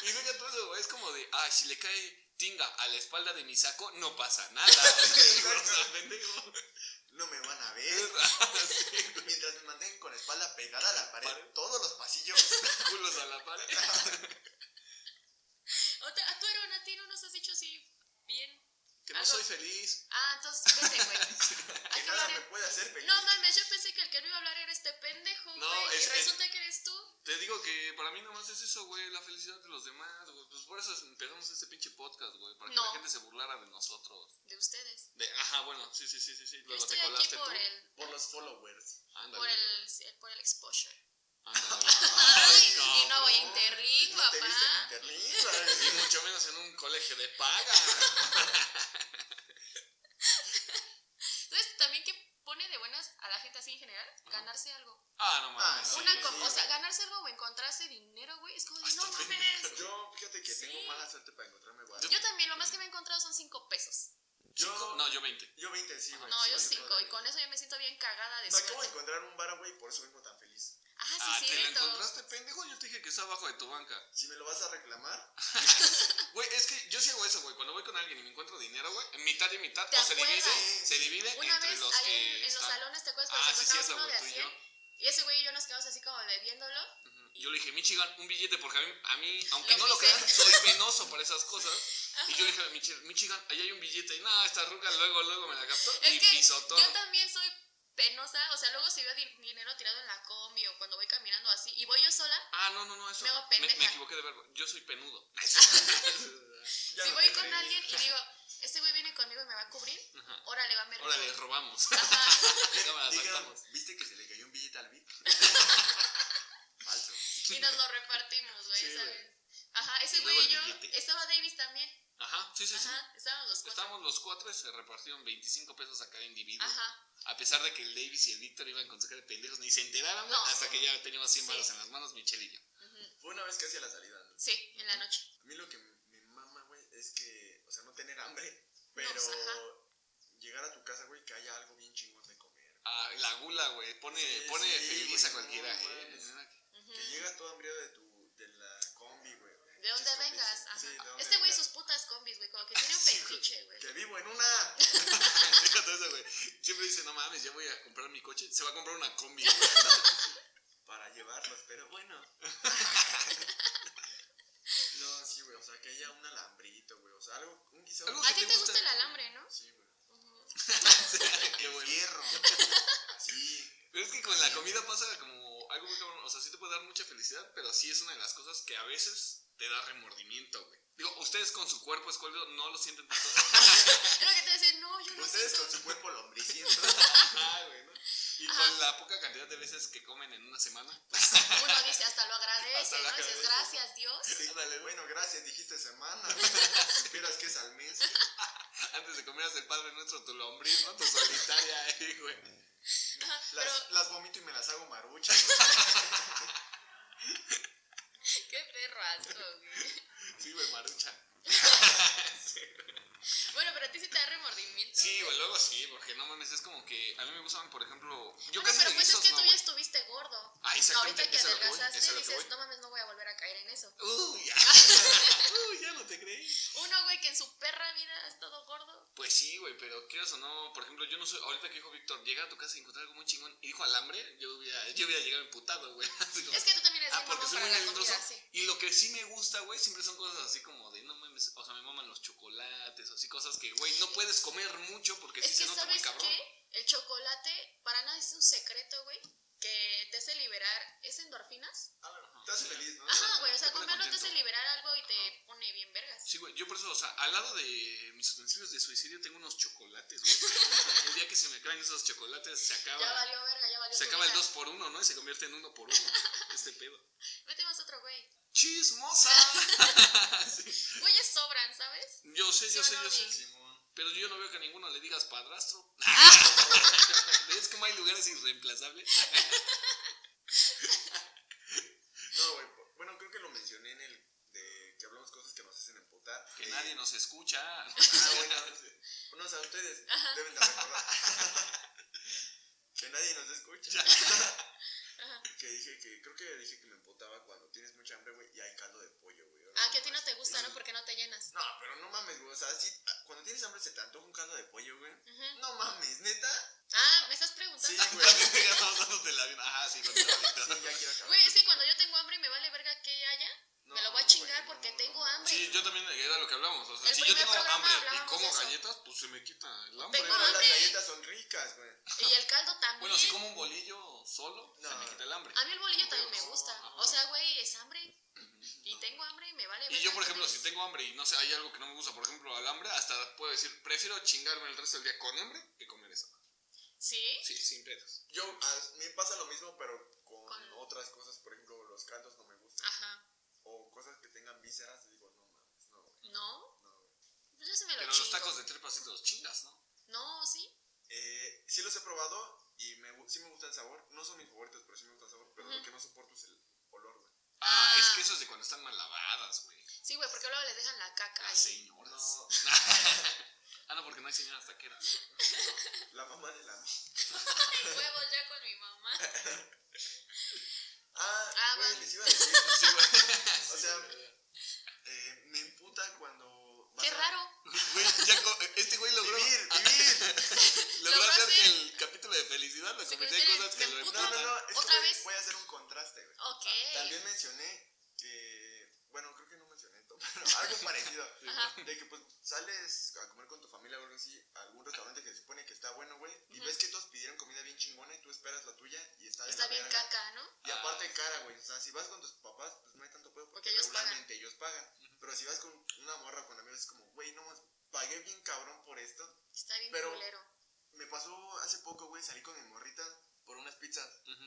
A: Y deja todo eso, güey, es como de, ah, si le cae tinga a la espalda de mi saco, no pasa nada. O sea, o sea, pendejo.
C: No me van a ver. Mientras me mantengan con la espalda pegada a la pared,
A: Pared.
C: todos los pasillos.
A: Culos a la pared.
B: Otra, a tu hermana, a ti no nos has dicho así bien.
A: Que no
B: Algo-
A: soy feliz.
B: Ah, entonces vete, güey. Hay
C: Que
B: que
C: nada
B: hablar
C: me
B: en-
C: puede hacer feliz.
B: No mames, yo pensé que el que no iba a hablar era este pendejo, güey,
A: No,
B: y
A: es que-
B: resulta que eres tú.
A: Te digo que para mí nomás es eso, güey, la felicidad de los demás, güey. Pues por eso es- empezamos este pinche podcast, güey, para que
B: No.
A: la gente se burlara de nosotros.
B: De ustedes.
A: De, ajá, bueno, sí, sí, sí, sí, sí.
B: Yo
A: Luego
B: estoy
A: te
B: aquí
A: colaste tú.
B: por el,
C: Por los followers.
A: Ándale.
B: por el, eh, por el exposure.
A: güey. Ándale.
B: Ay, y no
A: cabrón.
B: voy a Interlink,
C: No te viste en
B: papá.
C: Interlink, güey.
A: Y mucho menos en un colegio de paga.
B: Entonces, también que pone de buenas a la gente así en general, ganarse algo.
A: Ah, no mames.
C: Ah,
A: sí,
B: Una
A: sí,
B: com-
A: sí.
B: o sea, ganarse algo o encontrarse dinero, güey, es como de,
A: Hasta
B: no mames.
C: Yo, fíjate que
B: Sí.
C: tengo mala suerte para encontrarme guay.
B: Yo también, lo más que me he encontrado son 5 pesos.
A: Cinco- no, yo 20.
C: Yo 20, sí, güey.
B: No,
C: sí,
B: yo
C: güey,
B: 5 y con eso yo me siento bien cagada de
C: Me acabo de
B: suerte.
C: encontrar un varo, güey, por eso vengo tan feliz.
B: Ah,
A: Ah,
B: sí,
A: ¿te la
B: cierto.
A: encontraste, pendejo? Yo te dije que está abajo de tu banca.
C: Si me lo vas a reclamar,
A: Güey, es que yo sí hago eso, güey. Cuando voy con alguien y me encuentro dinero, güey, mitad y mitad,
B: ¿Te
A: o se divide,
B: acuerdas?
A: se divide
B: Una
A: entre
B: vez
A: los
B: ahí
A: que
B: en, en los
A: están.
B: salones, ¿te acuerdas? Cuando
A: Ah, sí,
B: encontramos
A: cierto,
B: uno de
A: güey, tú
B: a
A: y yo.
B: 100 y ese güey y yo nos quedamos así como debiéndolo.
A: Ujú. Yo le dije, Michigan, un billete, porque a mí, a mí aunque
B: Lo
A: no lo
B: dice.
A: crean, soy penoso para esas cosas. Y yo le dije a Michi- Michigan, ahí hay un billete. Y nada, esta ruga luego, luego me la captó y
B: Es que
A: pisotón.
B: yo también soy penosa, o sea, luego si veo di- dinero tirado en la combi o cuando voy caminando así y voy yo sola,
A: Ah, no, no, no, eso.
B: Me hago
A: no. me,
B: pendeja.
A: equivoqué de verbo. Yo soy penudo.
C: ya
B: si
C: no
B: voy
C: te
B: con
C: creí.
B: alguien y digo, este güey viene conmigo y me va a cubrir,
A: Ajá.
B: órale, va a me
A: Ahora le
B: robo.
A: robamos.
B: Ajá.
A: Cámara,
C: Digan,
A: saltamos.
C: ¿viste que se le cayó un billete al Vic? Falso.
B: Y nos lo repartimos, güey,
C: Sí, güey.
B: ¿sabes? Ajá, ese
A: Y
B: güey
A: luego
B: y yo,
A: el billete.
B: estaba Davis también,
A: Ajá, sí, sí, sí.
B: ajá, estábamos los cuatro.
A: Estábamos los cuatro y se repartieron 25 pesos a cada individuo.
B: Ajá,
A: A pesar de que el Davis y el Víctor iban con su cara de pendejos, ni se enteraron güey,
B: No.
A: hasta que ya teníamos 100
B: Sí.
A: balas en las manos, Michelle y yo.
B: ujú.
C: Fue una vez casi a la salida. ¿no?
B: sí, en la noche.
C: A mí lo que me mama, güey, es que, o sea, no tener hambre, pero
B: pues, ajá.
C: llegar a tu casa, güey, que haya algo bien chingón de comer.
A: Ah, la gula, güey, pone,
C: Sí,
A: pone
C: sí,
A: feliz
C: güey,
A: a cualquiera.
C: no,
A: eh.
C: mames.
B: Ujú.
C: Que llegas todo hambriado de tu de la combi, güey.
B: De dónde
C: Pinches combis.
B: vengas, ajá.
C: Sí, de dónde
B: este güey y
C: vengas.
B: sus putas combis, güey, como que tiene un
A: Sí, güey.
B: fetiche, güey.
C: Que vivo en una.
A: Deja todo eso, güey. Siempre dice, no mames, ya voy a comprar mi coche. Se va a comprar una combi, güey.
C: para llevarlos, pero bueno. no, sí, güey, o sea, que haya un alambrito, güey, o sea, algo, un guisado.
A: Algo
B: A ti
A: ¿Te
B: te
A: gusta?
B: gusta el alambre, ¿no?
C: Sí, güey.
B: Ujú.
A: Qué bueno.
C: Hierro. Así.
A: Pero es que con la comida pasa como algo muy cabrón. O sea, sí te puede dar mucha felicidad, pero sí es una de las cosas que a veces te da remordimiento, güey. Digo, ustedes con su cuerpo escuálido no lo sienten tanto.
B: Es lo que te decía, no, yo no
C: Ustedes
B: siento.
C: con su cuerpo lombriciento.
A: Ajá, güey, ¿no? Y con
B: Ajá.
A: la poca cantidad de veces que comen en una semana.
B: Uno dice, hasta lo agradece,
A: Hasta lo
B: ¿no? Dices,
A: agradece.
B: gracias, Dios.
C: Sí,
A: Ándale, güey.
C: bueno, gracias, dijiste semana. Supieras que es al mes.
A: Antes de comieras el Padre Nuestro, tu lombriz, ¿no? Tu solitaria ahí, güey.
B: Ajá,
C: Las,
B: Pero,
C: las vomito y me las hago marucha.
B: qué perro asco, güey.
A: Sí, güey, marucha.
B: Bueno, pero a ti sí te da remordimiento.
A: Sí, güey, luego sí, porque no mames, es como que a mí me gustan, por ejemplo, yo
B: Bueno,
A: casi
B: pero
A: de
B: pues es
A: guisos
B: que
A: no,
B: tú ya
A: güey.
B: estuviste gordo.
A: Ah, exactamente,
B: Ahorita que
A: es a lo que voy, es a
B: adelgazaste,
A: lo que
B: dices,
A: voy.
B: no mames, no voy a volver a caer en eso.
A: Uy, ya. Uy, ya no te creí.
B: Uno, güey, que en su perra vida ha estado gordo.
A: Pues sí, güey, pero quieras o no, por ejemplo, yo no soy, ahorita que dijo Víctor, llega a tu casa y encuentra algo muy chingón y dijo alambre, yo hubiera, yo hubiera llegado emputado, güey. Así como,
B: Es que tú también eres
A: ah,
B: bien
A: porque
B: mamón
A: soy muy
B: para la
A: melindroso.
B: comida, sí.
A: Y lo que sí me gusta, güey, siempre son cosas así como de, no mames, o sea, me maman los chocolates, así cosas que, güey, no puedes comer mucho porque sí
B: Es
A: se
B: que,
A: nota muy
B: ¿sabes
A: cabrón.
B: qué? El chocolate, para nada es un secreto, güey, que te hace liberar, ¿es endorfinas?
C: A ver, Te hace feliz, ¿no?
B: Ajá, güey, o sea,
A: te pone
B: comerlo te hace
A: Ah, contento.
B: liberar algo y te pone bien vergas.
A: Sí, güey, yo por eso, o sea, al lado de mis utensilios de suicidio tengo unos chocolates, güey. El día que se me caen esos chocolates se acaba,
B: Ya valió verga, ya valió
A: se
B: tu
A: acaba el
B: vida.
A: 2 por 1 ¿no? Y se convierte en 1 por 1 este pedo.
B: Vete más otro, güey.
A: ¡Chismosa! Sí.
B: Güeyes sobran, ¿sabes?
A: Yo sé,
B: Sí
A: yo
B: o
A: sé,
B: no,
A: yo
B: Vic.
A: sé.
C: Simón.
A: Pero yo no veo que a ninguno le digas padrastro. ¿Ves cómo hay lugares irreemplazables?
C: No, güey. po- Bueno, creo que lo mencioné en el de que hablamos cosas que nos hacen emputar.
A: Que nadie nos escucha.
C: Ah, bueno. No, o sea, ustedes deben de recordar. que nadie nos escucha.
B: Ajá.
C: que dije que, creo que dije que me emputaba cuando tienes mucha hambre, güey, y hay caldo de pollo, güey.
B: Ah, que a ti no te gusta,
C: Sí.
B: ¿no? Porque no te llenas.
C: No, pero no mames, güey. O sea, sí, ah, cuando tienes hambre se te antoja un caldo de pollo, güey.
B: Ujú.
C: No mames, neta.
B: Ah, ¿me estás
C: Sí,
B: preguntando?
C: güey. Sí,
A: Ya estamos dándote la vida. Ajá, Ah, sí, continúa, Víctor.
C: ya quiero acabar.
B: Güey, es que cuando yo tengo hambre me vale verga que haya. me lo voy a
C: No,
B: chingar
C: güey,
B: porque
C: no,
B: tengo
C: no.
B: hambre.
A: Sí, yo también era lo que hablábamos. O sea,
B: El
A: si yo
B: primer
A: tengo
B: programa
A: hambre y
B: hablábamos
A: como
B: de eso.
A: galletas, pues se me quita el hambre.
B: Tengo
C: Pero las
B: hambre.
C: galletas son ricas, güey.
B: Y el caldo también.
A: Bueno, si como un bolillo solo, se
C: No.
A: me quita el hambre.
B: A mí el bolillo también me gusta.
A: Ajá.
B: O sea, güey, es hambre. Y tengo hambre y me vale
A: Y
B: verga
A: yo, por
B: que
A: ejemplo,
B: tengas.
A: si tengo hambre y no sé, hay algo que no me gusta, por ejemplo, al hambre, hasta puedo decir, prefiero chingarme el resto del día con hambre que comer eso.
B: ¿Sí?
A: Sí, sin pedos.
C: Yo, a mí pasa lo mismo, pero con,
B: Con- Ah.
C: otras cosas. Por ejemplo, los caldos no me gustan.
B: Ajá.
C: O cosas que tengan vísceras, digo, no mames, no, güey.
B: ¿No?
C: No, güey.
B: Pues yo sí me lo
A: Pero
B: chingo.
A: los tacos de tripas sí te los chingas, ¿no?
B: No, sí.
C: Eh, sí los he probado y me, gu- sí me gusta el sabor. No son mis favoritos, pero sí me gusta el sabor. Pero lo
B: Ujú.
C: que no soporto es el olor, güey.
A: Ah,
B: Ah.
A: es que eso es de cuando están mal lavadas, güey.
B: Sí, güey, porque luego les dejan la caca
A: Las
B: ahí.
A: señoras. ah, no, porque no hay señoras taqueras.
C: La mamá de la.
B: Huevos ya con mi mamá.
C: Ah,
B: Ah,
C: güey,
B: va.
C: les iba a decir.
A: Sí, güey.
C: O sea, eh, me emputa cuando. vas
B: Qué
C: a-
B: raro.
A: Güey, ya co- este güey logró.
C: Vivir,
A: ah,
C: vivir.
A: logró
B: Logró
A: hacer que
B: hacer-
A: el capítulo de felicidad lo
B: Se
A: convirtió en
B: convirtió en-
A: cosas que
B: en
A: lo
B: puto.
C: No, no,
A: emputan.
C: no. es que
B: Otra
C: voy-
B: vez.
C: Voy a hacer un contraste, güey.
A: Ah,
B: Ok.
C: También mencioné que. Bueno, creo que no mencioné esto, pero algo parecido.
B: Ajá.
C: De que pues sales a comer con tu familia o algo así, a algún restaurante que se supone que está bueno, güey. Y
B: Ujú.
C: ves que todos pidieron comida bien chingona y tú esperas la tuya y está de
B: Está
C: la
B: bien
C: verga.
B: caca, ¿no?
C: Y aparte cara, güey. O sea, si vas con tus papás, pues no hay tanto pedo porque,
B: Porque ellos pagan.
C: regularmente ellos pagan. Pero si vas con una morra o con amigos, es como, güey, no más, pagué bien cabrón por esto.
B: Está bien
C: Pero-
B: culero.
C: Me pasó hace poco, güey, salí con mi morrita por unas pizzas.
A: Ujú.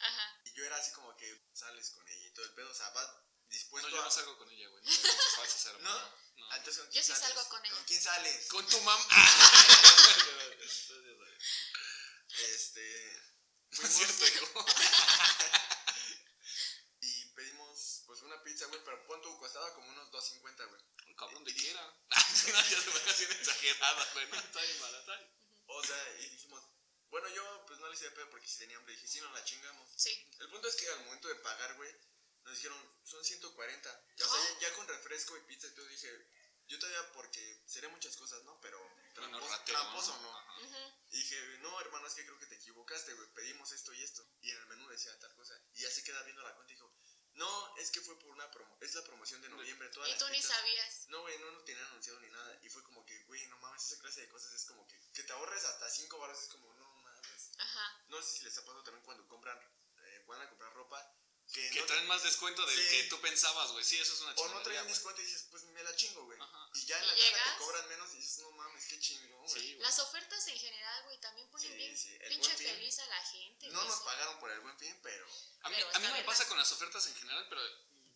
B: Ajá.
C: Y yo era así como que sales con ella y todo el pedo. O sea, vas dispuesto
A: No, yo
C: a.
A: no salgo con ella, güey. No, no, falso cero,
C: ¿No?
A: no.
C: Ah, entonces, ¿con
B: Yo
C: quién
B: sí
C: sales?
B: salgo con ella.
C: ¿Con quién sales?
A: Con tu mamá.
C: Este.
A: Pues No es cierto, hijo.
C: Y pedimos, pues, una pizza, güey. Pero pon tu costaba como unos 2.50, güey.
A: El cabrón de quiera. Si no, ya se van haciendo exageradas, güey. No, está bien mala, está bien.
C: O sea, y dijimos. Bueno, yo, pues, no le hice de pedo porque si tenía hambre. Dije, sí, no la chingamos.
B: Sí.
C: El punto es que al momento de pagar, güey, nos dijeron, son 140. O sea,
B: Ah.
C: ya, ya con refresco y pizza y todo, dije, yo todavía porque seré muchas cosas, ¿no? Pero
A: Bueno,
C: tramposo,
A: ratero,
C: tramposo
A: ¿no? Ah.
C: ¿no?
A: Ajá.
B: Ujú.
C: Y dije, no, hermano, es que creo que te equivocaste, güey, pedimos esto y esto. Y en el menú decía tal cosa. Y ya se queda viendo la cuenta y dijo, no, es que fue por una promo, es la promoción de noviembre, todas
B: Y
C: las
B: tú ni
C: pizzas-
B: sabías.
C: No, güey, no lo tenían anunciado ni nada. Y fue como que, güey, no mames, esa clase de cosas es como que, que te ahorres hasta 5 baros, es como, no mames.
B: Ajá.
C: No sé si les ha pasado también cuando compran, eh, van a comprar ropa Que,
A: Que
C: no
A: traen más descuento del
C: Sí.
A: que tú pensabas, güey. Sí, eso es una
C: O no
A: chingonería,
C: traen
A: güey.
C: descuento y dices, pues me la chingo, güey.
A: Ajá.
C: Y ya en
B: ¿Y
C: la casa
B: llegas?
C: te cobran menos y dices, no mames, qué chingón, güey.
A: Sí, güey.
B: Las ofertas en general, güey, también ponen
C: Sí,
B: bien
C: sí, el
B: pinche
C: Buen Fin.
B: feliz a la gente.
C: No
B: güey,
C: nos
B: eso.
C: pagaron por el buen fin, pero.
A: A mí, a
B: Pero
A: mí
B: están
A: me
B: buenas.
A: pasa con las ofertas en general, pero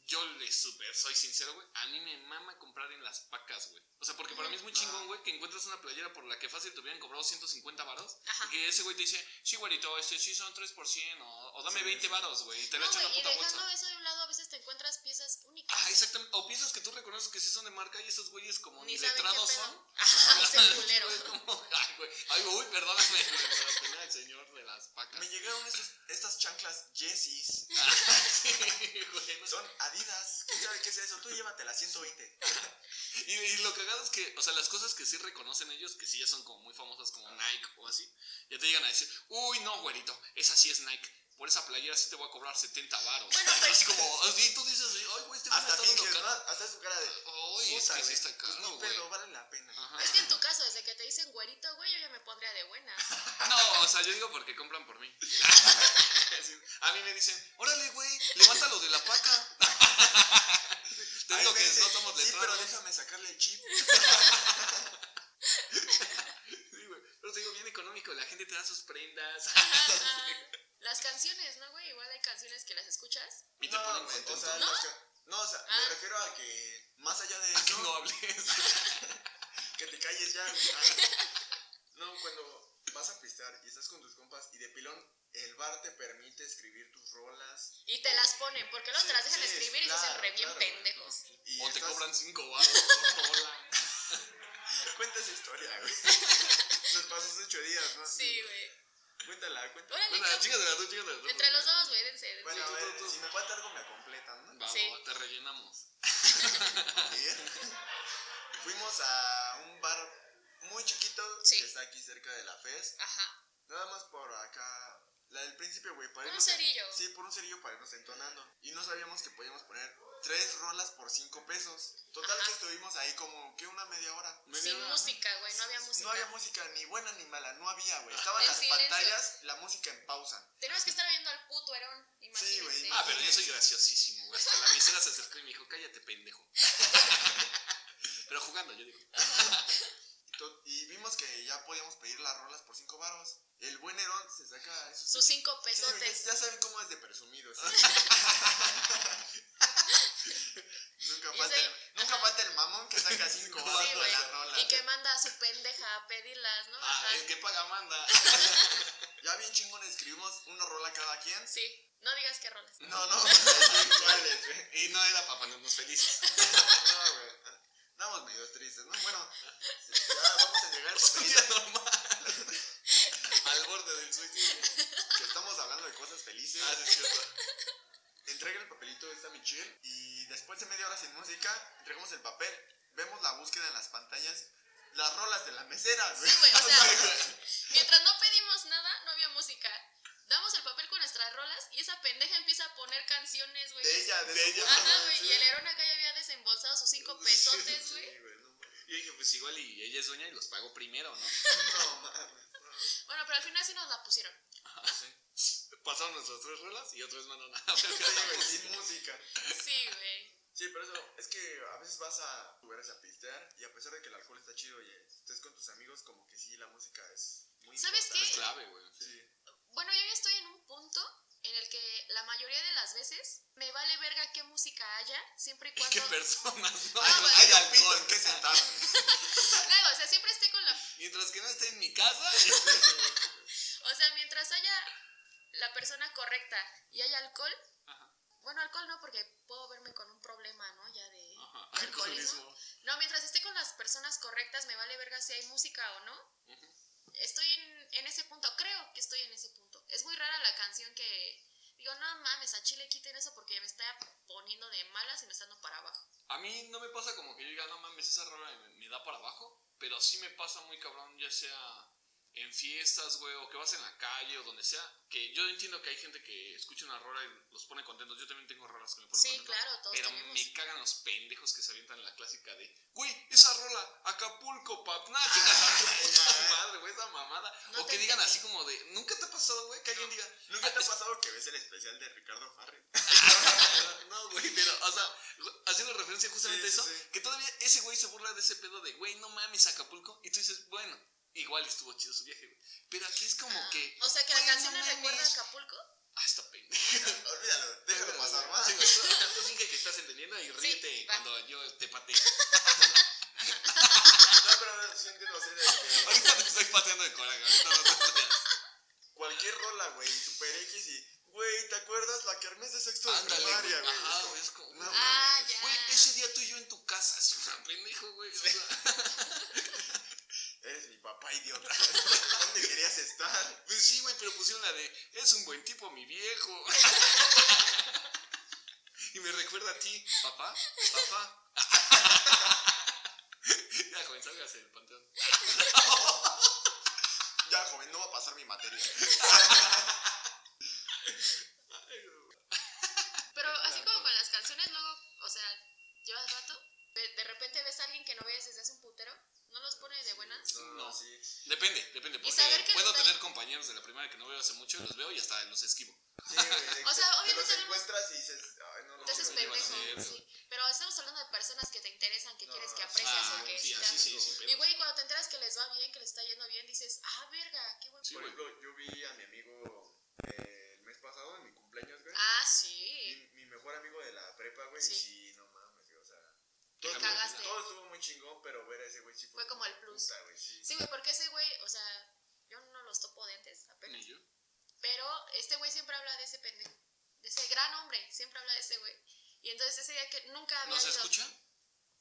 A: yo le super, soy sincero, güey. A mí me mama comprar en las pacas, güey. O sea, porque para mí es muy
C: Ajá.
A: chingón, güey, que encuentras una playera por la que fácil te hubieran cobrado 150 varos.
B: Ajá.
A: Y que ese güey te dice, sí, güerito, este sí son 3%, o, o dame
C: Sí,
A: 20
C: sí.
A: varos, güey. Y te lo
B: No,
A: echan
B: güey,
A: en la
B: y
A: puta
B: dejando
A: bolsa.
B: eso de un lado, a veces te encuentras piezas únicas.
A: Ah, exactamente. O piezas que tú reconoces que sí son de marca y esos güeyes como ni,
B: Ni saben qué
A: letrados
B: pedo.
A: son.
B: Ajá, ese culero.
A: Es como, ay, güey. Ay, uy, perdóname, me lo tenía el señor de las
C: Me
A: pacas.
C: llegaron estos- estas chanclas Jessys.
A: Ah, sí, güey, no
C: Son Adidas. ¿Quién sabe qué es eso? Tú llévatela 120.
A: Y, y lo cagado es que, o sea, las cosas que sí reconocen ellos, que sí ya son como muy famosas, como Nike o así, ya te llegan a decir, uy, no, güerito, esa sí es Nike. Por esa playera sí te voy a cobrar 70 varos.
B: Bueno, pues, pero-
A: así como, así tú dices, ay, güey, este güey me
C: Hasta
A: está dando
C: finges, ¿no?
A: cara.
C: Hasta su cara de.
A: Ay, es
C: "Puta,
A: que sí
C: güey,
A: está
C: pues
A: caro,
C: ni
A: güey.
C: pedo, vale la pena.
A: Ajá.
B: Es que en
C: ah.
B: tu caso, desde que te dicen güerito, güey, yo ya me pondría de buenas. Ah,
A: No, o sea, yo digo porque compran por mí. A mí me dicen, órale, güey, levántalo de la paca. Te
C: Ahí
A: digo
C: me
A: que
C: dice,
A: no somos
C: Sí, pero
A: letrados.
C: déjame sacarle el chip.
A: Sí, güey, pero te digo, bien económico, la gente te da sus prendas.
B: Ajá. ah, Las canciones, ¿no, güey? Igual hay canciones que las escuchas.
A: Y te ponen
C: güey,
A: contento.
C: O sea,
B: ¿No?
C: los que- no, o sea,
B: Ah.
C: me refiero a que más allá de
A: Ah, que
C: eso,
A: no hables.
C: que te calles ya. güey. Ah. No, cuando vas a pistear y estás con tus compas y de pilón, el bar te permite escribir tus rolas.
B: Y te las ponen, porque luego te las
C: Sí,
B: dejan
C: sí,
B: escribir y se hacen
C: claro,
B: re bien
C: claro, güey.
B: pendejos.
C: Y
A: O te
C: estás-
A: cobran 5 baros por rola.
C: Cuenta esa historia, güey. Nos pasas ocho días, ¿no?
B: Sí, güey.
C: Cuéntala, cuéntala.
B: Órale,
A: Bueno,
B: ¿qué-
A: chicas de las dos, chicas de las dos.
B: Entre los dos, güey, dense, dense.
C: Bueno, a
A: tú,
C: ver,
A: tú, tú.
C: si me falta algo me completan, ¿no?
A: Vamos,
B: Sí.
A: te rellenamos.
C: Bien. Fuimos a un bar muy chiquito
B: Sí.
C: que está aquí cerca de la FES.
B: Ajá.
C: Nada más por acá. La del principio, güey. para
B: Un
C: irnos-
B: cerillo.
C: Sí, por un cerillo para irnos entonando. Y no sabíamos que podíamos poner tres rolas por cinco pesos. Total
B: Ajá.
C: que estuvimos ahí como que una media hora.
B: Sin música, güey, no había música.
C: No había música ni buena ni mala, no había, güey. Estaban
B: En
C: las
B: silencio.
C: pantallas, la música en pausa.
B: Tenemos que estar viendo al puto Herón, imagínense.
C: güey.
A: Ah, pero yo soy graciosísimo, güey. Hasta la mesera se acercó y me dijo, cállate, pendejo. Pero jugando, yo digo.
C: To- Y vimos que ya podíamos pedir las rolas por cinco varos. El buen Herón se saca esos
B: Sus cinco
C: Sí, güey,
B: pesotes.
C: ya, ya saben cómo es de presumido. sí. nunca
B: Y
C: falta,
B: soy-
C: el, nunca
B: ajá.
C: falta el mamón que saca cinco
A: Sí,
C: varos
B: Sí,
C: de
B: güey.
C: la rola.
B: Y que manda a su pendeja a pedirlas, ¿no?
A: Ah,
B: Ajá.
A: el que paga manda.
C: Ya bien chingón escribimos una rola cada quien.
B: Sí, no digas que rolas.
C: No, no, pues, así iguales, güey.
A: Y no era para ponernos felices.
C: No, güey. Andamos medio tristes, ¿no? Bueno, ya vamos a llegar al
A: Es un
C: papelito,
A: día normal. Al borde del suicidio.
C: que estamos hablando de cosas felices.
A: Ah, sí, es cierto.
C: Entrega el papelito esta Michelle y después de media hora sin música, entregamos el papel, vemos la búsqueda en las pantallas, las rolas de la mesera, güey.
B: Sí, güey, o sea, mientras no pedimos nada, no había música. Damos el papel con nuestras rolas y esa pendeja empieza a poner canciones, güey.
C: de ella, de,
A: De
C: su
A: ella.
C: gusto,
B: Ajá, güey,
C: sí.
B: y el Herón acá ya había desembolsado sus cinco pesotes,
C: Sí,
B: güey.
C: güey, no mames.
A: Yo dije, pues igual y ella es dueña y los pago primero, ¿no?
C: No mames.
B: Bueno, pero al final sí nos la pusieron.
A: Pasaron nuestras tres rolas y otras mandaron a
C: Sí, güey, sin música.
B: Sí, güey.
C: Sí, pero eso, es que a veces vas a lugares a pistear y a pesar de que el alcohol está chido y estés con tus amigos, como que sí, la música es muy
B: ¿Sabes
C: importante.
A: Es
B: qué?
A: clave, güey.
C: Sí.
B: Bueno, yo ya estoy en un punto en el que la mayoría de las veces me vale verga qué música haya, siempre y
A: ¿Y qué
B: cuando.
A: personas? ¿no?
B: Ah, güey.
A: Hay
C: al
A: alcohol.
C: pito en qué sentarme.
B: No, o sea, siempre estoy con la.
A: Mientras que no esté en mi casa. este,
B: O sea, mientras haya la persona correcta y haya alcohol.
A: Ajá.
B: Bueno, alcohol no, porque puedo verme con un problema, ¿no? Ya de.
A: Ajá,
B: de alcoholismo. No, mientras esté con las personas correctas, me vale verga si hay música o no.
A: Ujú.
B: Estoy en, en ese punto, creo que estoy en ese punto. Es muy rara la canción que digo, no mames, a Chile quiten eso porque me está poniendo de malas y me está dando para abajo.
A: A mí no me pasa como que yo diga, no mames, esa rola me, me da para abajo. Pero sí me pasa muy cabrón, ya sea en fiestas, güey, o que vas en la calle o donde sea. Que yo entiendo que hay gente que escucha una rola y los pone contentos. Yo también tengo rolas que me ponen
B: Sí,
A: contentos.
B: claro, todos
A: Pero
B: tenemos.
A: me cagan los pendejos que se avientan la clásica de, güey, esa rola, Acapulco, pap. Nah, chingas a tu puta madre, güey, esa mamada.
B: No
A: o
B: te
A: que digan
B: entendí.
A: así como de, nunca te ha pasado, güey, que alguien diga,
C: Nunca te ha pasado que ves el especial de Ricardo Farrell.
A: No, güey, pero, o sea, haciendo referencia justamente
C: Sí, sí,
A: a eso,
C: sí.
A: que todavía ese güey se burla de ese pedo de, güey, no mames, Acapulco. Y tú dices, bueno, igual estuvo chido su viaje, güey. Pero aquí es como que,
B: Ah. O sea, que la
A: Güey, no
B: canción le recuerda a
A: mames.
B: Acapulco.
A: hasta pendejo.
C: Olvídalo, déjalo pasar, va.
A: Sí, güey, tú, tú finge que estás entendiendo y ríete
B: va.
A: cuando yo te pateo.
C: No, pero sí entiendo, o sea, de que
A: Ahorita te estoy pateando de coraje, ahorita no te pateas.
C: cualquier rola, güey, super X y. Güey, ¿te acuerdas la que armés de sexto de
A: Ándale,
C: primaria,
A: güey.
C: güey?
A: Ajá,
C: Es como-
A: güey, es como-
C: no,
B: Ah,
C: mames.
B: ya.
A: Güey, ese día tú y yo en tu casa, es una pendejo, güey. o sea,
C: Eres mi papá, idiota. ¿Dónde querías estar?
A: pues sí, güey, pero pusieron la de, es un buen tipo, mi viejo. y me recuerda a ti, papá, papá. ya, joven, sálgase del panteón.
C: Ya, joven, no va a pasar mi materia.
B: Pero así
A: Claro.
B: como con las canciones, luego, o sea, llevas rato, de, de repente ves a alguien que no veías desde hace un putero, no los pones de buenas.
A: No.
C: sí.
A: Depende, depende, porque
B: saber que
A: puedo
B: está ahí.
A: tener compañeros de la primaria que no veo hace mucho y los veo y hasta los esquivo.
C: Sí, güey.
B: O sea,
C: te-
B: obviamente
C: Te los
B: no-
C: encuentras y dices, ay, no, no.
B: Entonces
C: güey,
A: pendejo.
B: pendejo,
A: sí,
B: sí. Pero estamos hablando de personas que te interesan, que
C: No,
B: quieres que
C: sí,
B: aprecias
A: ah,
B: o Pues que
A: sí,
B: te
A: así
B: hacen-
A: sí, sí.
B: Y güey, cuando te enteras que les va bien, que les está yendo bien, dices, ah, verga, qué bueno.
A: Sí,
C: Por
A: güey.
C: ejemplo, yo vi a mi amigo eh, el mes pasado, en mi cumpleaños, güey.
B: Ah,
C: Mi,
B: sí.
C: mi mejor amigo de la prepa, güey.
B: Sí.
C: Y sí, no mames, güey. O sea,
A: Te
C: todo,
B: cagaste.
C: todo estuvo muy chingón, pero ver a ese güey sí
B: Fue como el plus.
C: puta, güey, sí.
B: Sí, güey, porque ese güey, o sea, yo no los topo de antes, apenas.
A: Ni yo.
B: Pero este güey siempre habla de ese pendejo, de ese gran hombre, siempre habla de ese güey. Y entonces ese día que nunca había
A: ¿Nos
B: ido-
A: escucha? Ah,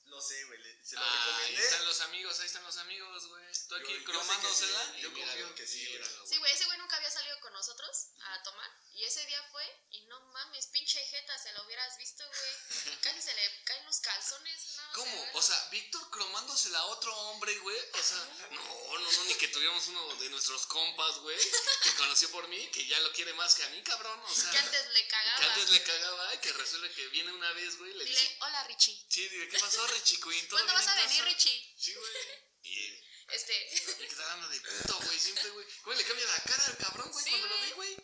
C: No sé, güey. le- Se lo
A: Ahí
C: recomendé.
A: están los amigos, ahí están los amigos, güey. Tú
C: Yo- yo sé
A: aquí
C: que
A: cromándosela.
C: sí,
A: y
C: yo confío
A: míralo,
C: en que sí, güey.
A: míralo,
B: Sí, güey, ese güey nunca había salido con nosotros a tomar. Y ese día fue, y no mames, pinche jeta, se lo hubieras visto, güey. Casi se le caen los calzones. No,
A: ¿Cómo?
B: se-
A: O sea, Víctor cromándosela a otro hombre, güey. O sea, no, no, no, ni que tuviéramos uno de nuestros compas, güey, que conoció por mí, que ya lo quiere más que a mí, cabrón. O sea,
B: que antes le cagaba.
A: que antes le cagaba y que resulta que viene una vez, güey, le dice,
B: Dile, hola Richie.
A: sí, dile, ¿qué pasó, Richie Queen? ¿Todo
B: ¿Cuándo
A: bien
B: vas a
A: en
B: venir,
A: casa?"
B: Richie?
A: Sí, güey. Y
B: Este.
A: le queda dando de puto, güey, siempre, güey. Güey, le cambia la cara al cabrón, güey,
B: Sí,
A: cuando lo
B: güey.
A: ve, güey.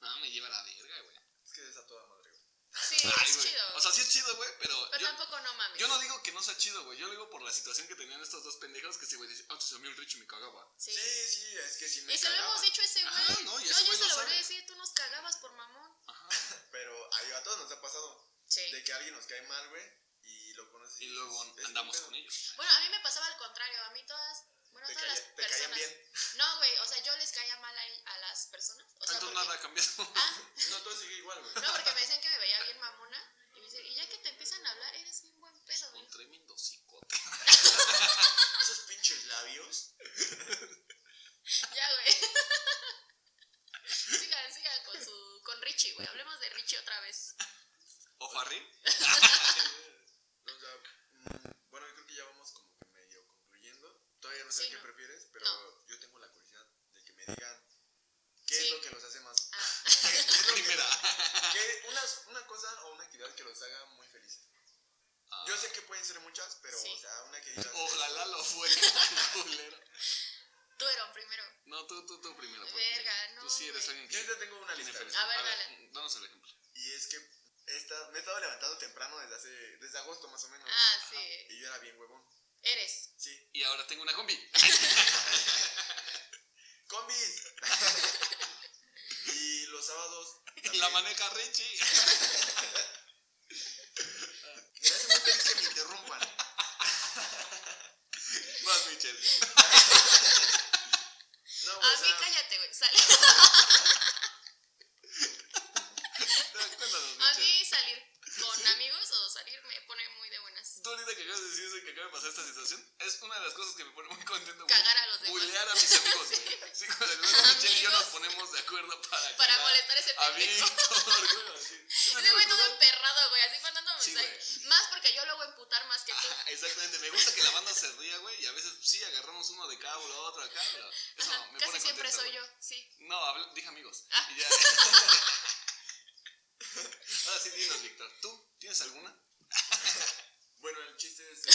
A: No, me lleva la verga, güey.
C: Es que es a toda madre, güey.
B: Sí,
A: Ay,
B: es
A: güey.
B: chido.
A: O sea, sí es chido, güey, pero.
B: pero
A: yo-
B: tampoco no mames.
A: Yo no digo que no sea chido, güey. Yo lo digo por la situación que tenían estos dos pendejos que se güey decía, antes a mí el Richie me cagaba.
B: Sí.
C: Sí, sí, es que sí me
B: Y se lo
C: cagaba,
B: hemos dicho a ese güey.
A: Ajá, no,
B: no,
A: y
B: yo
A: ese güey
B: se
A: lo
B: lo volví a
A: sabe.
B: decir, tú nos cagabas por mamón.
A: Ajá.
C: Pero ahí a todos nos ha pasado.
B: Sí.
C: De que alguien nos cae mal, güey. Y lo conoces.
A: Y luego
C: dices, "Es
A: andamos
C: mi pedo".
A: con ellos.
B: Bueno, a mí me pasaba al contrario. A mí todas. Bueno,
C: Te,
B: todas las
C: caía- te caían
B: personas.
C: bien.
B: No, güey, o sea, yo les caía mal a, a las personas. O sea,
A: Tanto
B: porque-
A: nada ha cambiado.
B: Ah,
C: No, todo sigue igual, güey.
B: no, porque me decían que me veía bien mamona. Y me dicen, y ya que te empiezan a hablar, eres bien buen pedo, güey.
A: Un tremendo psicote.
C: Esos pinches labios.
B: Ya, güey. sigan, sigan con su. con Richie, güey. Hablemos de Richie otra vez.
A: ¿O Farrell?
C: O sea, mm, bueno, yo creo que ya vamos como que medio concluyendo. Todavía no sé
B: Sí,
C: qué
B: no.
C: prefieres, pero
B: No.
C: yo tengo la curiosidad de que me digan qué es
B: Sí.
C: lo que los hace más.
B: Ah,
A: Primera.
C: qué- unas- una cosa o una actividad que los haga muy felices.
A: Ah,
C: Yo sé que pueden ser muchas, pero
B: Sí.
C: o sea, una que digas.
A: Ojalá lo fuera, culero.
B: tú eras primero.
A: No, tú, tú, tú primero. porque
B: Verga, no,
A: Tú sí eres
B: güey.
A: alguien que.
C: Yo te tengo una
A: tiene
C: lista.
A: felicidad.
B: A ver, dale.
A: danos el ejemplo.
C: Y es que esta, me he estado levantando temprano desde hace desde agosto más o menos.
B: Ah,
A: Ajá.
B: sí.
C: Y yo era bien huevón.
B: Eres.
C: Sí,
A: Y ahora tengo una combi.
C: combis. y los sábados.
A: La
C: también.
A: maneja Richie.
C: Me hace muy feliz que me interrumpan.
A: Más Michelle.
C: No,
B: A
C: o
B: mí,
C: sea,
B: cállate, güey. Sal-
A: No, Cuéntanos,
B: A
A: Michelle.
B: mí salir con amigos o salir me pone muy de buenas.
A: Tú ahorita que acabas de decir eso y que acaba de pasar esta situación, es una de las cosas que me pone muy contento. güey.
B: Cagar a los demás.
A: Bulear a mis amigos, güey. Sí, con el nuevo Michelle y yo nos
B: Amigos.
A: ponemos de acuerdo para.
B: Para
A: cagar
B: molestar a ese
A: A
B: pendejo.
A: Víctor, güey. así. Eso
B: Ese
A: digo,
B: güey
A: tú
B: todo
A: no-
B: emperrado, güey, así mandando
A: Sí,
B: mensajes. más porque yo lo voy a emputar más que tú.
A: Ajá, Ah, Exactamente, me gusta que la banda se ría, güey, y a veces sí agarramos uno de cada uno, otro acá, pero eso
B: Ajá,
A: no, me
B: Casi
A: pone
B: siempre
A: contento,
B: soy
A: güey.
B: yo, sí.
A: No, hablo- dije amigos.
B: Ah.
A: Y ya. Ahora sí, dinos, Víctor, ¿tú tienes alguna?
C: Bueno, el chiste es que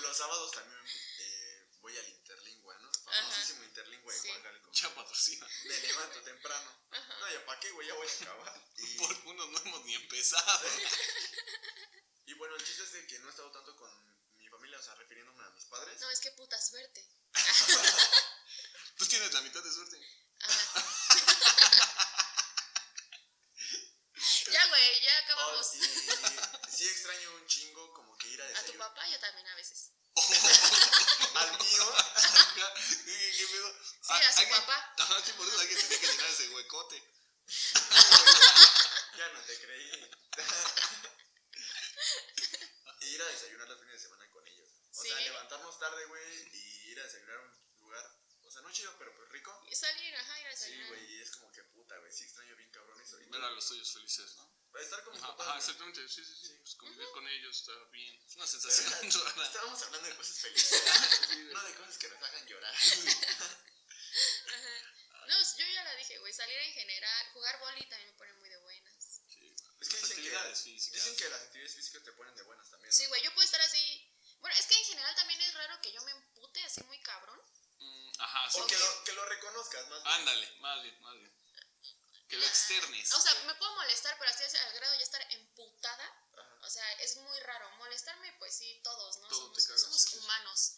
C: los sábados también eh, voy al Interlingua, ¿no? Para famosísimo interlingüe de
B: Sí.
C: Coacalco.
A: Ya patrocina.
C: Me levanto temprano. No, ya para qué, güey, ya voy a acabar. Y,
A: Por uno no hemos ni empezado.
C: y bueno, el chiste es de que no he estado tanto con mi familia, o sea, refiriéndome a mis padres.
B: No, es que puta suerte.
A: Tú tienes la mitad de suerte.
B: Ajá. ya, güey, ya
C: Oh,
B: acabamos.
C: y sí extraño un chingo como que ir a
B: A tu
C: desayunar.
B: papá yo también a veces.
C: Al mío.
A: Ajá, ¿Qué, qué pedo?
B: Sí, a su
A: "Ah, hay que-
B: papá.
A: Ajá, sí, por eso alguien tenía que llenar ese huecote.
C: Ya no te creí. Y ir a desayunar los fines de semana con ellos. O sea,
B: Sí.
C: levantarnos tarde, güey, y ir a desayunar a un lugar. O sea, no chido, pero pues rico.
B: Y Salir, ajá, ir a
C: Sí,
B: desayunar.
C: güey, y es como que puta, güey. Sí extraño bien cabrón eso. Y
A: Ver a los tuyos felices, ¿no?
C: tú- Estar con mis
A: Ajá,
C: papás.
A: ajá,
C: güey.
A: exactamente. Sí, sí, sí. Pues convivir con ellos está bien. Es una
C: Pero
A: sensación
C: era-
A: rara.
C: Estábamos hablando de cosas felices, no de cosas que nos hagan llorar.
B: Ajá. No, yo ya la dije, güey, salir en general, jugar boli también me pone muy de buenas.
A: Sí. pues
C: Es que dicen que,
A: Actividades físicas.
C: dicen que las actividades físicas te ponen de buenas también.
B: Sí, güey, yo puedo estar así. Bueno, es que en general también es raro que yo me empute así muy cabrón.
A: Mm, Ajá, sí.
C: O que lo, que lo reconozcas más bien.
A: Ándale, más bien, más bien. Que lo externes.
B: O sea, me puedo molestar, pero así o sea, al grado de ya estar emputada.
C: Ajá.
B: O sea, es muy raro. Molestarme, pues sí, todos, ¿no?
A: Todo
B: somos
A: te caga,
B: somos
A: sí, sí, sí.
B: humanos.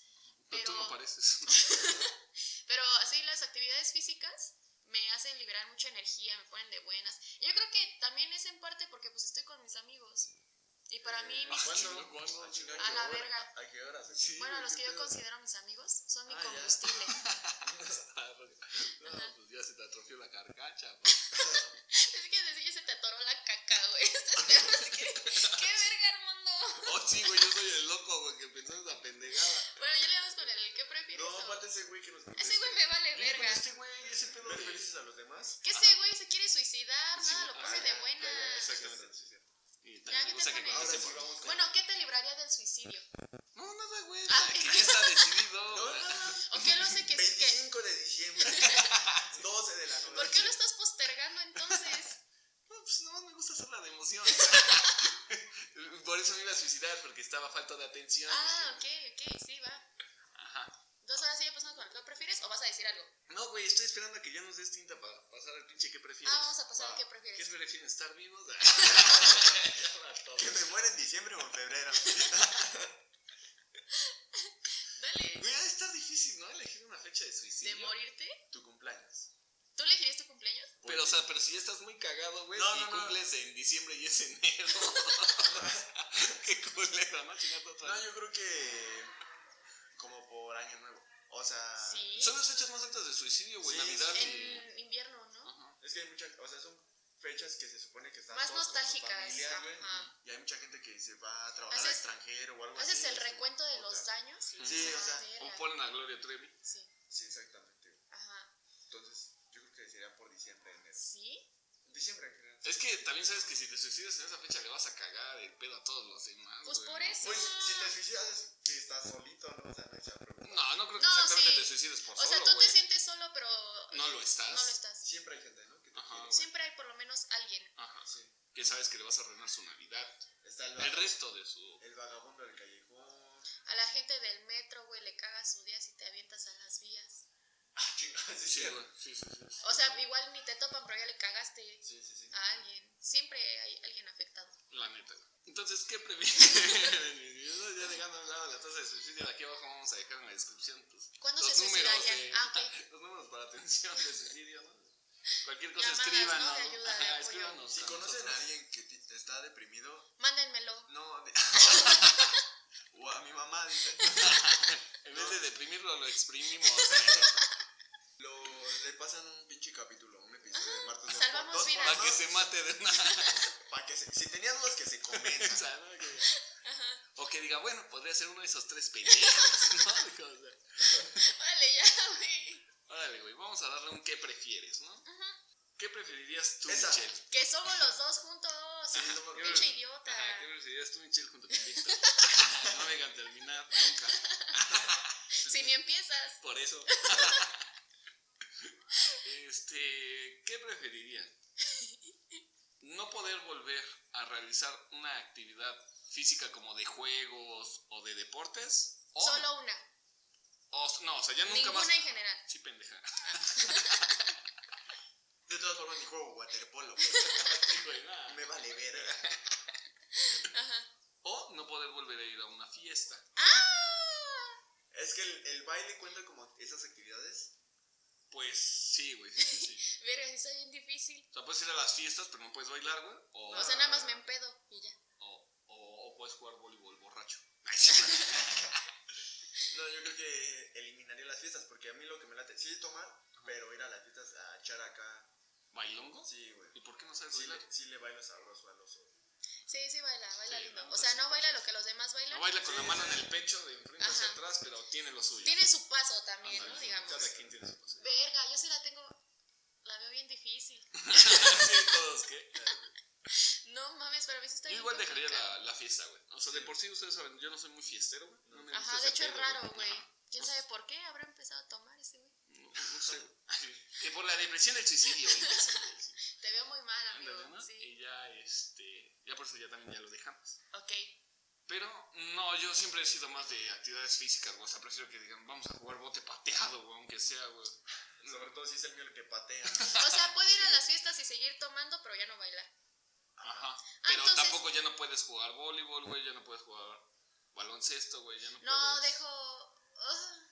A: Pero tú
B: pero-
A: no pareces.
B: Pero así las actividades físicas me hacen liberar mucha energía, me ponen de buenas. Y yo creo que también es en parte porque pues estoy con mis amigos. Y para mí, mis-
A: ¿Cuándo?
C: Ah, ¿Cuándo?
A: ¿Cuándo?
C: ¿A chingar
B: A
C: qué
B: la
C: hora?
B: verga.
C: ¿A qué horas?
A: Eh, ah, Sí,
B: bueno,
A: güey,
B: los
A: qué
B: que yo
A: pedo.
B: considero mis amigos son mi
C: Ah, ya.
B: combustible.
A: No, pues ya se te atrofió la carcacha. pues.
B: es que decir, ya se te atoró la caca, güey. Estás esperando así que, ¿Qué verga, Armando?
A: Oh, sí, güey, yo soy el loco, güey, que pensó en esa pendejada.
B: Bueno, yo le damos con el ¿qué prefieres?
C: No,
B: o-
C: aparte ese güey que nos
B: Ese güey me vale
A: Oye, pero
B: verga.
A: Este güey, ese pedo
C: Ver
A: de-
C: felices a los demás.
B: Que ese güey se quiere suicidar,
A: Sí, güey,
B: nada, lo pone
A: ah,
B: de
A: ya, ya,
B: buenas.
A: Exactamente.
C: Sí, sí, sí.
A: Y
B: Ya, ¿qué
A: también me gusta
B: te
A: que conteste
B: pones?
C: Ahora sí
A: por-
C: vamos con-
B: Bueno, ¿qué te libraría del suicidio?
A: No, nada, güey.
B: Ah,
A: que ya está decidido.
C: No, no, no.
B: ¿O qué lo sé que sí que
C: 25 de diciembre, 12 de la noche.
B: ¿Por qué lo estás postergando entonces?
A: No, pues nomás me gusta hacer la de emoción. Por eso me iba a suicidar, porque estaba falta de atención.
B: Ah, ok, ok, sí, va.
A: Ajá.
B: Dos horas y ya pasamos con el que prefieres o vas a decir algo.
A: No, güey, estoy esperando a que ya nos des tinta para pasar al pinche que prefieres.
B: Ah, vamos a pasar al
A: Va.
B: que
A: ¿Qué
B: prefieres.
A: prefieren? ¿Estar vivos?
C: Que me muera en diciembre o en febrero.
B: Dale.
A: Güey, ha de estar difícil, ¿no? Elegir una fecha de
B: ¿De
A: suicidio.
B: morirte?
C: Tu cumpleaños.
B: ¿Tú elegirías tu cumpleaños?
A: Pero, o sea, pero si ya estás muy cagado, güey,
C: No,
A: y
C: no, no.
A: cumples en diciembre y es enero. Qué culero, ¿no? Chingando otra
C: No, yo creo que. Como por año nuevo. O sea.
B: Sí.
A: Son las fechas más altas de suicidio, güey.
C: Sí,
A: Navidad
C: sí.
A: y.
B: En invierno, ¿no?
A: Ajá.
C: Es que hay muchas. O sea, son fechas que se supone que están.
B: Más
C: todos con sus
B: nostálgicas,
C: familias, güey,
B: ajá.
C: Y hay mucha gente que se va a trabajar al
B: Haces-
C: extranjero o algo así. este,
B: ¿Haces el
C: es como,
B: recuento de los
C: puta.
B: daños?
C: Sí, o sea,
B: verga.
A: O ponen a Gloria Trevi.
B: Sí,
C: Sí, exactamente.
B: ajá.
C: Entonces, yo creo que sería por diciembre, enero.
B: ¿Sí?
C: Diciembre en general.
A: Es que también sabes que si te suicidas en esa fecha le vas a cagar el pedo a todos los demás.
B: Pues
A: güey.
B: por eso.
C: Pues si te suicidas, es que estás solito, ¿no? O sea, no hay esa pregunta.
A: No, no creo que
B: No,
A: exactamente
B: sí.
A: te suicides por
B: O sea,
A: solo,
B: tú te
A: güey.
B: sientes solo, pero no
A: No lo estás.
B: lo estás.
C: Siempre hay gente, ¿no? Que te
A: Ajá,
C: quiere.
A: güey.
B: Siempre hay por lo menos alguien.
A: Ajá.
C: Sí.
A: Que sabes que le vas a arruinar su Navidad.
C: Está el,
A: El
C: vaga-
A: resto de su.
C: el vagabundo del callejón.
B: A la gente del metro, güey, le caga su día si te avientas a las vías.
C: Ah, chingada, sí,
A: Sí,
C: sí.
A: güey. Sí, sí, sí.
B: O sea, igual ni te topan, pero ya le cagaste
C: Sí, sí, sí.
B: a alguien. Siempre hay alguien afectado.
A: La neta. Entonces, ¿qué prefieres? ya dejando a un lado la tasa de suicidio, aquí abajo vamos a dejar en la descripción pues,
B: ¿Cuándo
A: los
B: se
A: números
B: suicidaría?
A: de-
B: Ah, ok.
A: los números para atención de suicidio, ¿no? Cualquier cosa
B: Llamadas, ¿no? De
A: escríbanos.
B: ayuda, de
A: Ajá,
B: apoyo.
A: escríbanos.
C: Si
A: a
C: conocen a
A: nosotros.
C: alguien que ti- está deprimido,
B: Mándenmelo.
C: no. de- o a mi mamá, dice.
A: En vez de deprimirlo, lo exprimimos.
C: Lo, le pasan un pinche capítulo, un episodio de martes.
B: Pues Salvamos vidas.
A: para que se mate de una.
C: Para que se, si tenías dudas, que se
A: O
C: convenza.
A: sea, ¿no? Que- O que diga, bueno, podría ser uno de esos tres pendejos, ¿no? Que, o sea,
B: Vale, ya, güey.
A: órale, güey, vamos a darle un qué prefieres, ¿no? ¿Qué preferirías tú,
C: Esa.
A: Michelle?
B: Que somos los dos juntos.
C: Sí, somos
A: ¿Qué
B: Pinche
A: pref-
B: idiota.
A: Ajá, ¿Qué preferirías tú, Michelle, junto con Víctor? no me dejan terminar nunca.
B: Si ni empiezas.
A: Por eso. este, ¿qué preferirías? No poder volver a realizar una actividad física como de juegos o de deportes. O,
B: Solo una.
A: o O- no, o sea, ya Oh, nunca
B: Ninguna
A: más.
B: en general.
A: Sí, pendeja.
C: De todas formas, ni juego waterpolo. pues,
A: Sí, güey, nada.
C: Me vale verga.
A: O no poder volver a ir a una fiesta.
B: ¡Ah!
C: Es que el, el baile cuenta como esas actividades.
A: Pues sí, güey. Sí, sí, sí.
B: Verga, sí está bien difícil.
A: O sea, puedes ir a las fiestas, pero no puedes bailar, güey. O,
B: O sea, nada más me empedo y ya.
A: o, o- o puedes jugar voleibol borracho.
C: No, yo creo que eliminaría las fiestas porque a mí lo que me late, sí tomar, pero ir a las fiestas a echar acá.
A: ¿Bailongo?
C: Sí, güey.
A: ¿Y por qué no sabes
C: Sí,
A: ¿Pues bailar?
C: le- sí le bailo sabroso al oso.
B: Sí, sí, baila, baila
A: Sí,
B: lindo.
A: no, pues
B: O sea,
A: sí,
B: no baila lo que los demás
A: No
B: bailan.
A: baila con la
C: Sí,
A: mano
C: sí.
A: en el pecho, de enfrente hacia
B: Ajá.
A: atrás, pero tiene lo suyo.
B: Tiene su paso también,
A: Ándale,
B: ¿no? Digamos.
A: Cada quien tiene su cosa.
B: Verga, yo sí la tengo. La veo bien difícil.
A: Sí, todos, ¿qué?
B: No mames, para mí sí está
A: Yo
B: bien
A: igual dejaría
B: complicado.
A: la, la fiesta, güey. O sea, de por sí ustedes saben, yo no soy muy fiestero, güey. No me gusta
B: Ajá, de
A: ese
B: hecho es
A: pedo,
B: raro, güey.
A: Ajá.
B: ¿Quién sabe por qué habrá empezado a tomar ese güey?
A: No, no sé, güey. Que por la depresión del suicidio, güey.
B: Te veo muy mal, amigo.
A: Ándale, ¿no?
B: Sí.
A: Y ya, este. Ya por eso ya también ya lo dejamos.
B: Ok.
A: Pero, no, yo siempre he sido más de actividades físicas, güey. O sea, prefiero que digan, vamos a jugar bote pateado, güey, aunque sea, güey.
C: Sobre todo si es el mío el que patea.
B: O sea, puedo ir a las fiestas y seguir tomando, pero ya no bailar.
A: Ajá. Pero
B: Ah, entonces-
A: tampoco ya no puedes jugar voleibol, güey. Ya no puedes jugar baloncesto, güey. Ya no,
B: No,
A: puedes.
B: dejo. Ugh,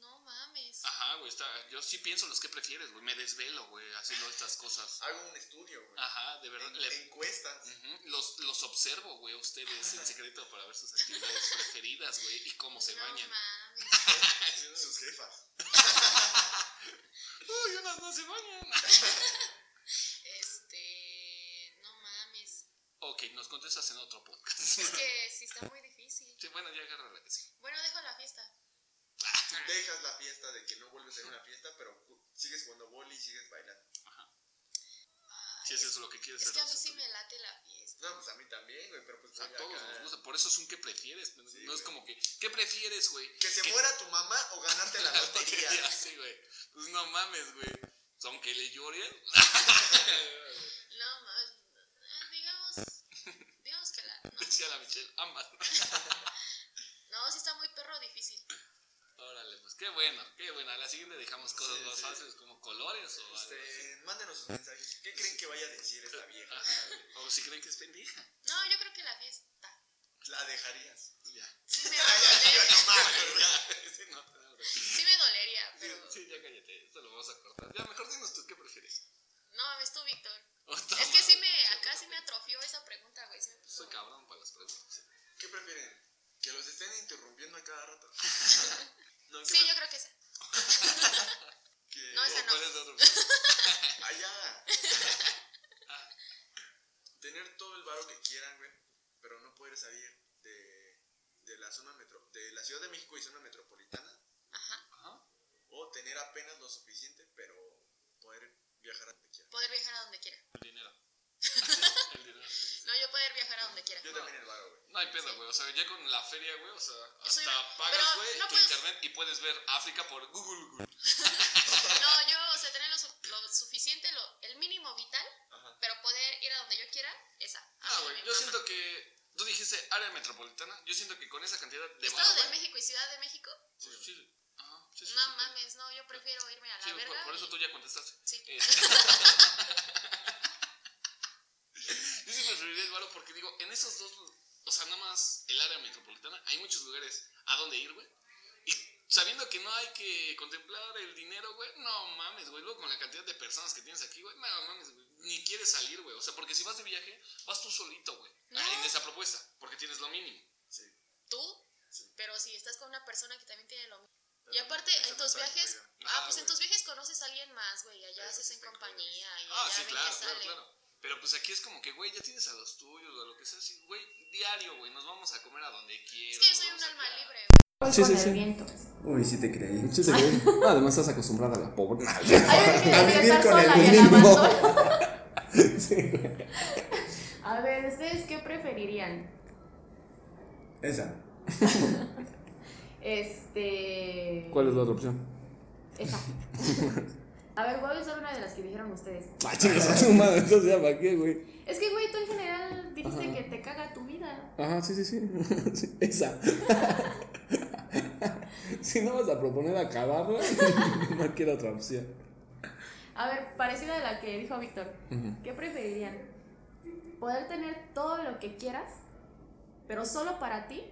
B: no mames.
A: Ajá, güey. Está... Yo sí pienso los que prefieres, güey. Me desvelo, güey, haciendo estas cosas.
B: Ah,
C: Hago un estudio, güey.
A: Ajá, de Ah, verdad.
C: En-
A: le-
C: Encuestas.
A: Ujú, los, los observo, güey, a ustedes en secreto para ver sus actividades preferidas, güey, y cómo se
B: no
A: bañan.
B: mames.
C: Sus jefas.
A: Uy, unas no se bañan.
B: Este. No mames.
A: ok, nos contestas en otro podcast.
B: Es que sí está muy difícil.
A: Sí, bueno, ya agarra la que sí.
B: Bueno, dejo la fiesta.
C: Dejas la fiesta de que no vuelves a ir a una fiesta, pero ju- sigues jugando boli y sigues bailando.
B: Ay,
A: Si
B: es,
A: eso es lo que quieres
B: es que a mí
A: hacer,
B: sí
A: tú-
B: me late la fiesta.
C: No, pues a mí también, güey, pero pues
A: A
C: voy
A: todos
C: acá.
A: nos gusta, por eso es un que prefieres. No
C: Sí,
A: es
C: güey.
A: como que, ¿qué prefieres, güey?
C: Que se
A: ¿Qué-
C: muera tu mamá o ganarte la lotería.
A: sí, güey. Pues no mames, güey. Pues Aunque le lloren.
B: No mames. ah, Digamos. Digamos que la. No,
A: Decía la Michelle, "Ah, ambas.
B: no sí está muy perro difícil.
A: Órale, pues qué bueno, qué bueno. A la siguiente dejamos cosas
C: Sí,
A: más
C: sí.
A: fáciles como colores o algo así.
C: Este, mándenos sus mensajes. ¿Qué creen que vaya a decir esta vieja?
A: Ajá, güey. O si creen que es pendeja.
B: No, yo creo que la fiesta.
C: La dejarías.
A: Ya.
B: Sí me dolería.
C: No mames, güey.
A: Sí, no, no, no.
B: Sí me dolería,
A: Sí,
B: pero.
A: sí, ya cállate, esto lo vamos a cortar. Ya, mejor dinos tú qué prefieres.
B: No mames tú, Víctor.
A: O
B: Es que
A: toma,
B: sí me.
A: güey,
B: Acá sí me atrofió esa pregunta, güey. Sí me puso-
A: Soy cabrón para las preguntas.
C: ¿Qué prefieren? Que los estén interrumpiendo a cada rato. No, ¿qué
B: Sí, yo creo que esa.
C: pre- que-
B: No, esa
A: ¿O ¿Cuál es la otra opción?
C: Allá. Tener todo el varo que quieran, güey, pero no poder salir de, de la zona metro, de la Ciudad de México y zona metropolitana,
B: Ajá.
A: Ajá.
C: o tener apenas lo suficiente, pero poder viajar a donde quieran.
B: Poder viajar a donde quiera.
A: El dinero. El dinero.
B: No, yo poder viajar a donde quiera.
C: Yo también el varo, güey.
A: No hay pedo,
B: Sí.
A: güey. O sea, ya con la feria, güey. O sea,
B: Yo soy
A: hasta
B: una-
A: pagas,
B: pero
A: güey,
B: no
A: tu
B: puedes-
A: internet y puedes ver África por Google. Google.
B: No, yo, o sea, tener lo, su- lo suficiente, lo, el mínimo vital,
C: Ajá.
B: pero poder ir a donde yo quiera, esa.
A: Ah,
B: A mí
A: güey.
B: me
A: Yo
B: mama.
A: siento que. Tú dijiste área metropolitana. Yo siento que con esa cantidad de
B: Estado
A: varo,
B: de
A: güey,
B: México y Ciudad de México.
A: pues sí. Ajá. Sí, sí,
B: No
A: sí, sí.
B: mames, no, yo prefiero irme a la
A: Sí, por-
B: verga.
A: por, eso tú ya contestaste.
B: Sí.
A: Este. Yo sí preferiría el varo porque digo, en esos dos, o sea, nada más el área metropolitana, hay muchos lugares a donde ir, güey. Y sabiendo que no hay que contemplar el dinero, güey, no mames, güey. Luego con la cantidad de personas que tienes aquí, güey, no mames, güey. Ni quieres salir, güey. O sea, porque si vas de viaje, vas tú solito, güey.
B: No.
A: En esa propuesta, porque tienes lo mínimo.
C: Sí.
B: Tú,
C: Sí.
B: pero si estás con una persona que también tiene lo mismo. Y
C: Pero
B: aparte,
C: esa
B: en tus
C: no está
B: viajes.
C: incluida.
B: Ah,
A: Ajá,
B: pues en
A: güey.
B: tus viajes conoces a alguien más, güey. y Allá
C: Eso
B: haces
C: sí
B: en
C: está
B: compañía. Y
A: Ah,
B: allá
A: sí,
B: ven que
A: claro, claro,
B: sale.
A: claro. Pero pues aquí es como que, güey, ya tienes a los tuyos, a lo que sea, así, güey, diario, güey, nos vamos a comer a donde
B: Es
A: quieras.
B: que yo soy
A: nos
B: un
A: vamos
B: alma
A: acá.
B: libre, güey.
D: Sí, sí,
E: con
D: sí.
E: el viento.
D: Uy, sí te creí. Sí te creí. No, además estás acostumbrada a la pobre.
E: Ay, es que
D: a
E: tienes que
D: vivir
E: estar
D: con
E: sola
D: el
E: y el
D: mínimo.
E: abandono.
D: Sí, güey.
E: A ver, ¿ustedes qué preferirían?
D: Esa.
E: Este.
D: ¿Cuál es la otra opción?
E: Esa. A ver, voy a usar una de las que dijeron ustedes.
D: Ah, chingas a su madre, entonces ya para qué, güey.
E: Es que, güey, tú en general dijiste
D: Ajá.
E: que te caga tu vida.
D: Ajá, sí, sí, sí. Sí, esa.
A: Si no vas a proponer acabarla, no quiero otra opción.
B: A ver, parecida a la que dijo Víctor. ¿Qué preferirían? ¿Poder tener todo lo que quieras, pero solo para ti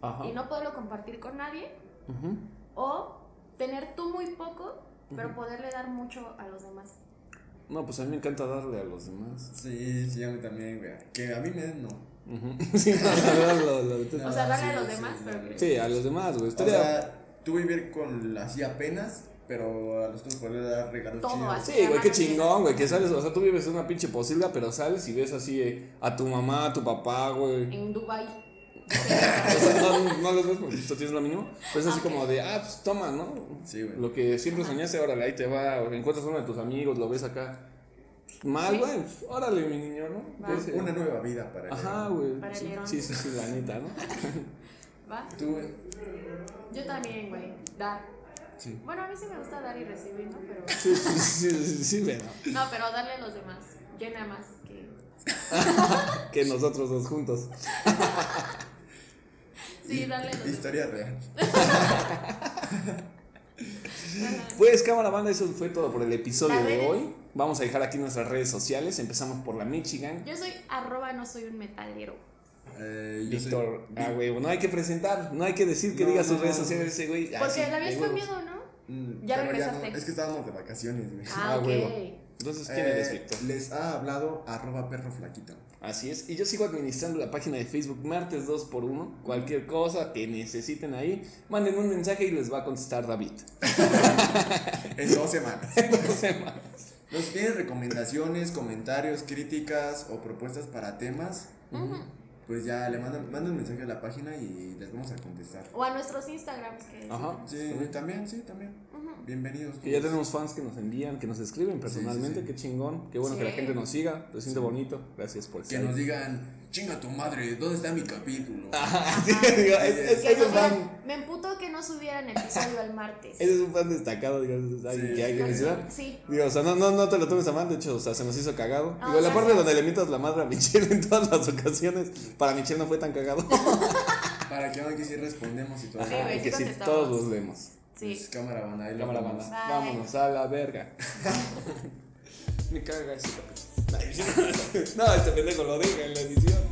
A: Ajá.
B: y no poderlo compartir con nadie?
A: Ujú.
B: ¿O tener tú muy poco, pero poderle dar mucho a los demás?
A: No, pues a mí me encanta darle a los demás.
F: Sí, sí, a mí también, güey. Que a mí me den, no.
A: Ujú. Sí, no, la verdad, lo- lo-
F: No,
B: sea, darle
F: sí,
B: a los
F: sí,
B: demás, pero
F: no,
B: que-
A: Sí, a los demás, güey.
F: O
A: Estaría-
F: sea, tú vivir con así apenas, pero a los otros poder dar regalos
B: Todo
F: chidos.
B: así.
A: Sí, güey, qué
B: Hermano,
A: chingón, güey, que sales, o sea, tú vives en una pinche posilga, pero sales y ves así eh, a tu mamá, a tu papá, güey.
B: En Dubai.
A: O sea, no, no los ves porque tú tienes lo mínimo. Pues así como de, ah, pues toma, ¿no?
F: Sí, güey.
A: Lo que siempre soñaste, órale, ahí te va, o encuentras a uno de tus amigos, lo ves acá. Mal, güey, pues, órale, mi niño, ¿no?
B: Va.
A: Ves, eh,
F: Una nueva vida para él.
A: Ajá, güey.
B: Para el
A: Sí,
B: león.
A: sí, sí, sí, la neta, ¿no?
B: ¿Va?
F: Tú, güey.
B: Yo también, güey. Dar.
A: Sí.
B: Bueno, a mí sí me gusta dar y recibir, ¿no? Pero...
A: Sí, sí, sí, sí, sí, pero
B: No, pero darle a los demás. Llena más que...
A: que nosotros dos juntos.
B: Sí, darle a los demás.
F: Historia real.
A: Pues cámara banda, eso fue todo por el episodio
B: Las
A: de
B: redes.
A: hoy. Vamos a dejar aquí nuestras redes sociales. Empezamos por la Michigan.
B: Yo soy arroba no soy un metalero.
F: Eh, yo soy-
A: Víctor, ah, güey, no hay que presentar, no hay que decir que
F: No,
A: diga
F: no,
A: sus redes
F: no.
A: sociales ese güey. Ah,
B: Porque
A: sí,
B: la habías
A: de huevos.
B: cambiado, ¿no?
F: Mm,
B: Ya
F: pero
B: regresaste.
F: no, es que estábamos de vacaciones, güey.
B: Ah,
A: Ah,
B: ok.
A: huevo. Entonces, ¿quién
F: Eh,
A: eres, Víctor?
F: Les ha hablado arroba perro flaquito.
A: Así es. Y yo sigo administrando la página de Facebook martes 2x1. Cualquier cosa que necesiten ahí, manden un mensaje y les va a contestar David.
F: En dos semanas.
A: No sé más.
F: Nos tienen recomendaciones, comentarios, críticas o propuestas para temas. Pues ya le mandan, mandan un mensaje a la página y les vamos a contestar.
B: O a nuestros Instagrams que
A: Ajá.
F: Sí, también, sí, también. Bienvenidos.
A: Que ya tenemos fans que nos envían, que nos escriben personalmente.
F: sí.
A: Qué chingón. Qué bueno que la
B: Sí.
A: gente nos siga. Lo siento bonito. Gracias por
F: Que
A: estar
F: nos
A: ahí.
F: digan, chinga tu madre, ¿dónde está mi capítulo?
A: Sí, digo, es- es-
B: Que
A: es
B: nos
A: un
B: digan,
A: fan.
B: me emputó que no subieran episodio el martes.
A: Ese es un fan destacado, digo, es alguien
F: Sí.
A: que hay que mencionar.
B: Sí.
A: Digo, o sea, no, no, no te lo tomes a mal, de hecho, o sea, se nos hizo cagado.
B: Ah,
A: digo, la
B: gracias.
A: parte donde le mientas la madre a Michelle en todas las ocasiones, para Michelle no fue tan cagado.
F: Para que vean que sí respondemos y todo.
B: Sí, güey,
A: Y que sí,
B: contestamos.
A: todos los leemos.
F: Pues,
B: Sí.
F: cámara banda, ahí lo
A: Cámara
F: vemos.
A: banda.
B: Bye.
A: Vámonos a la verga. Me caga ese papel. No, este pendejo lo deja en la edición.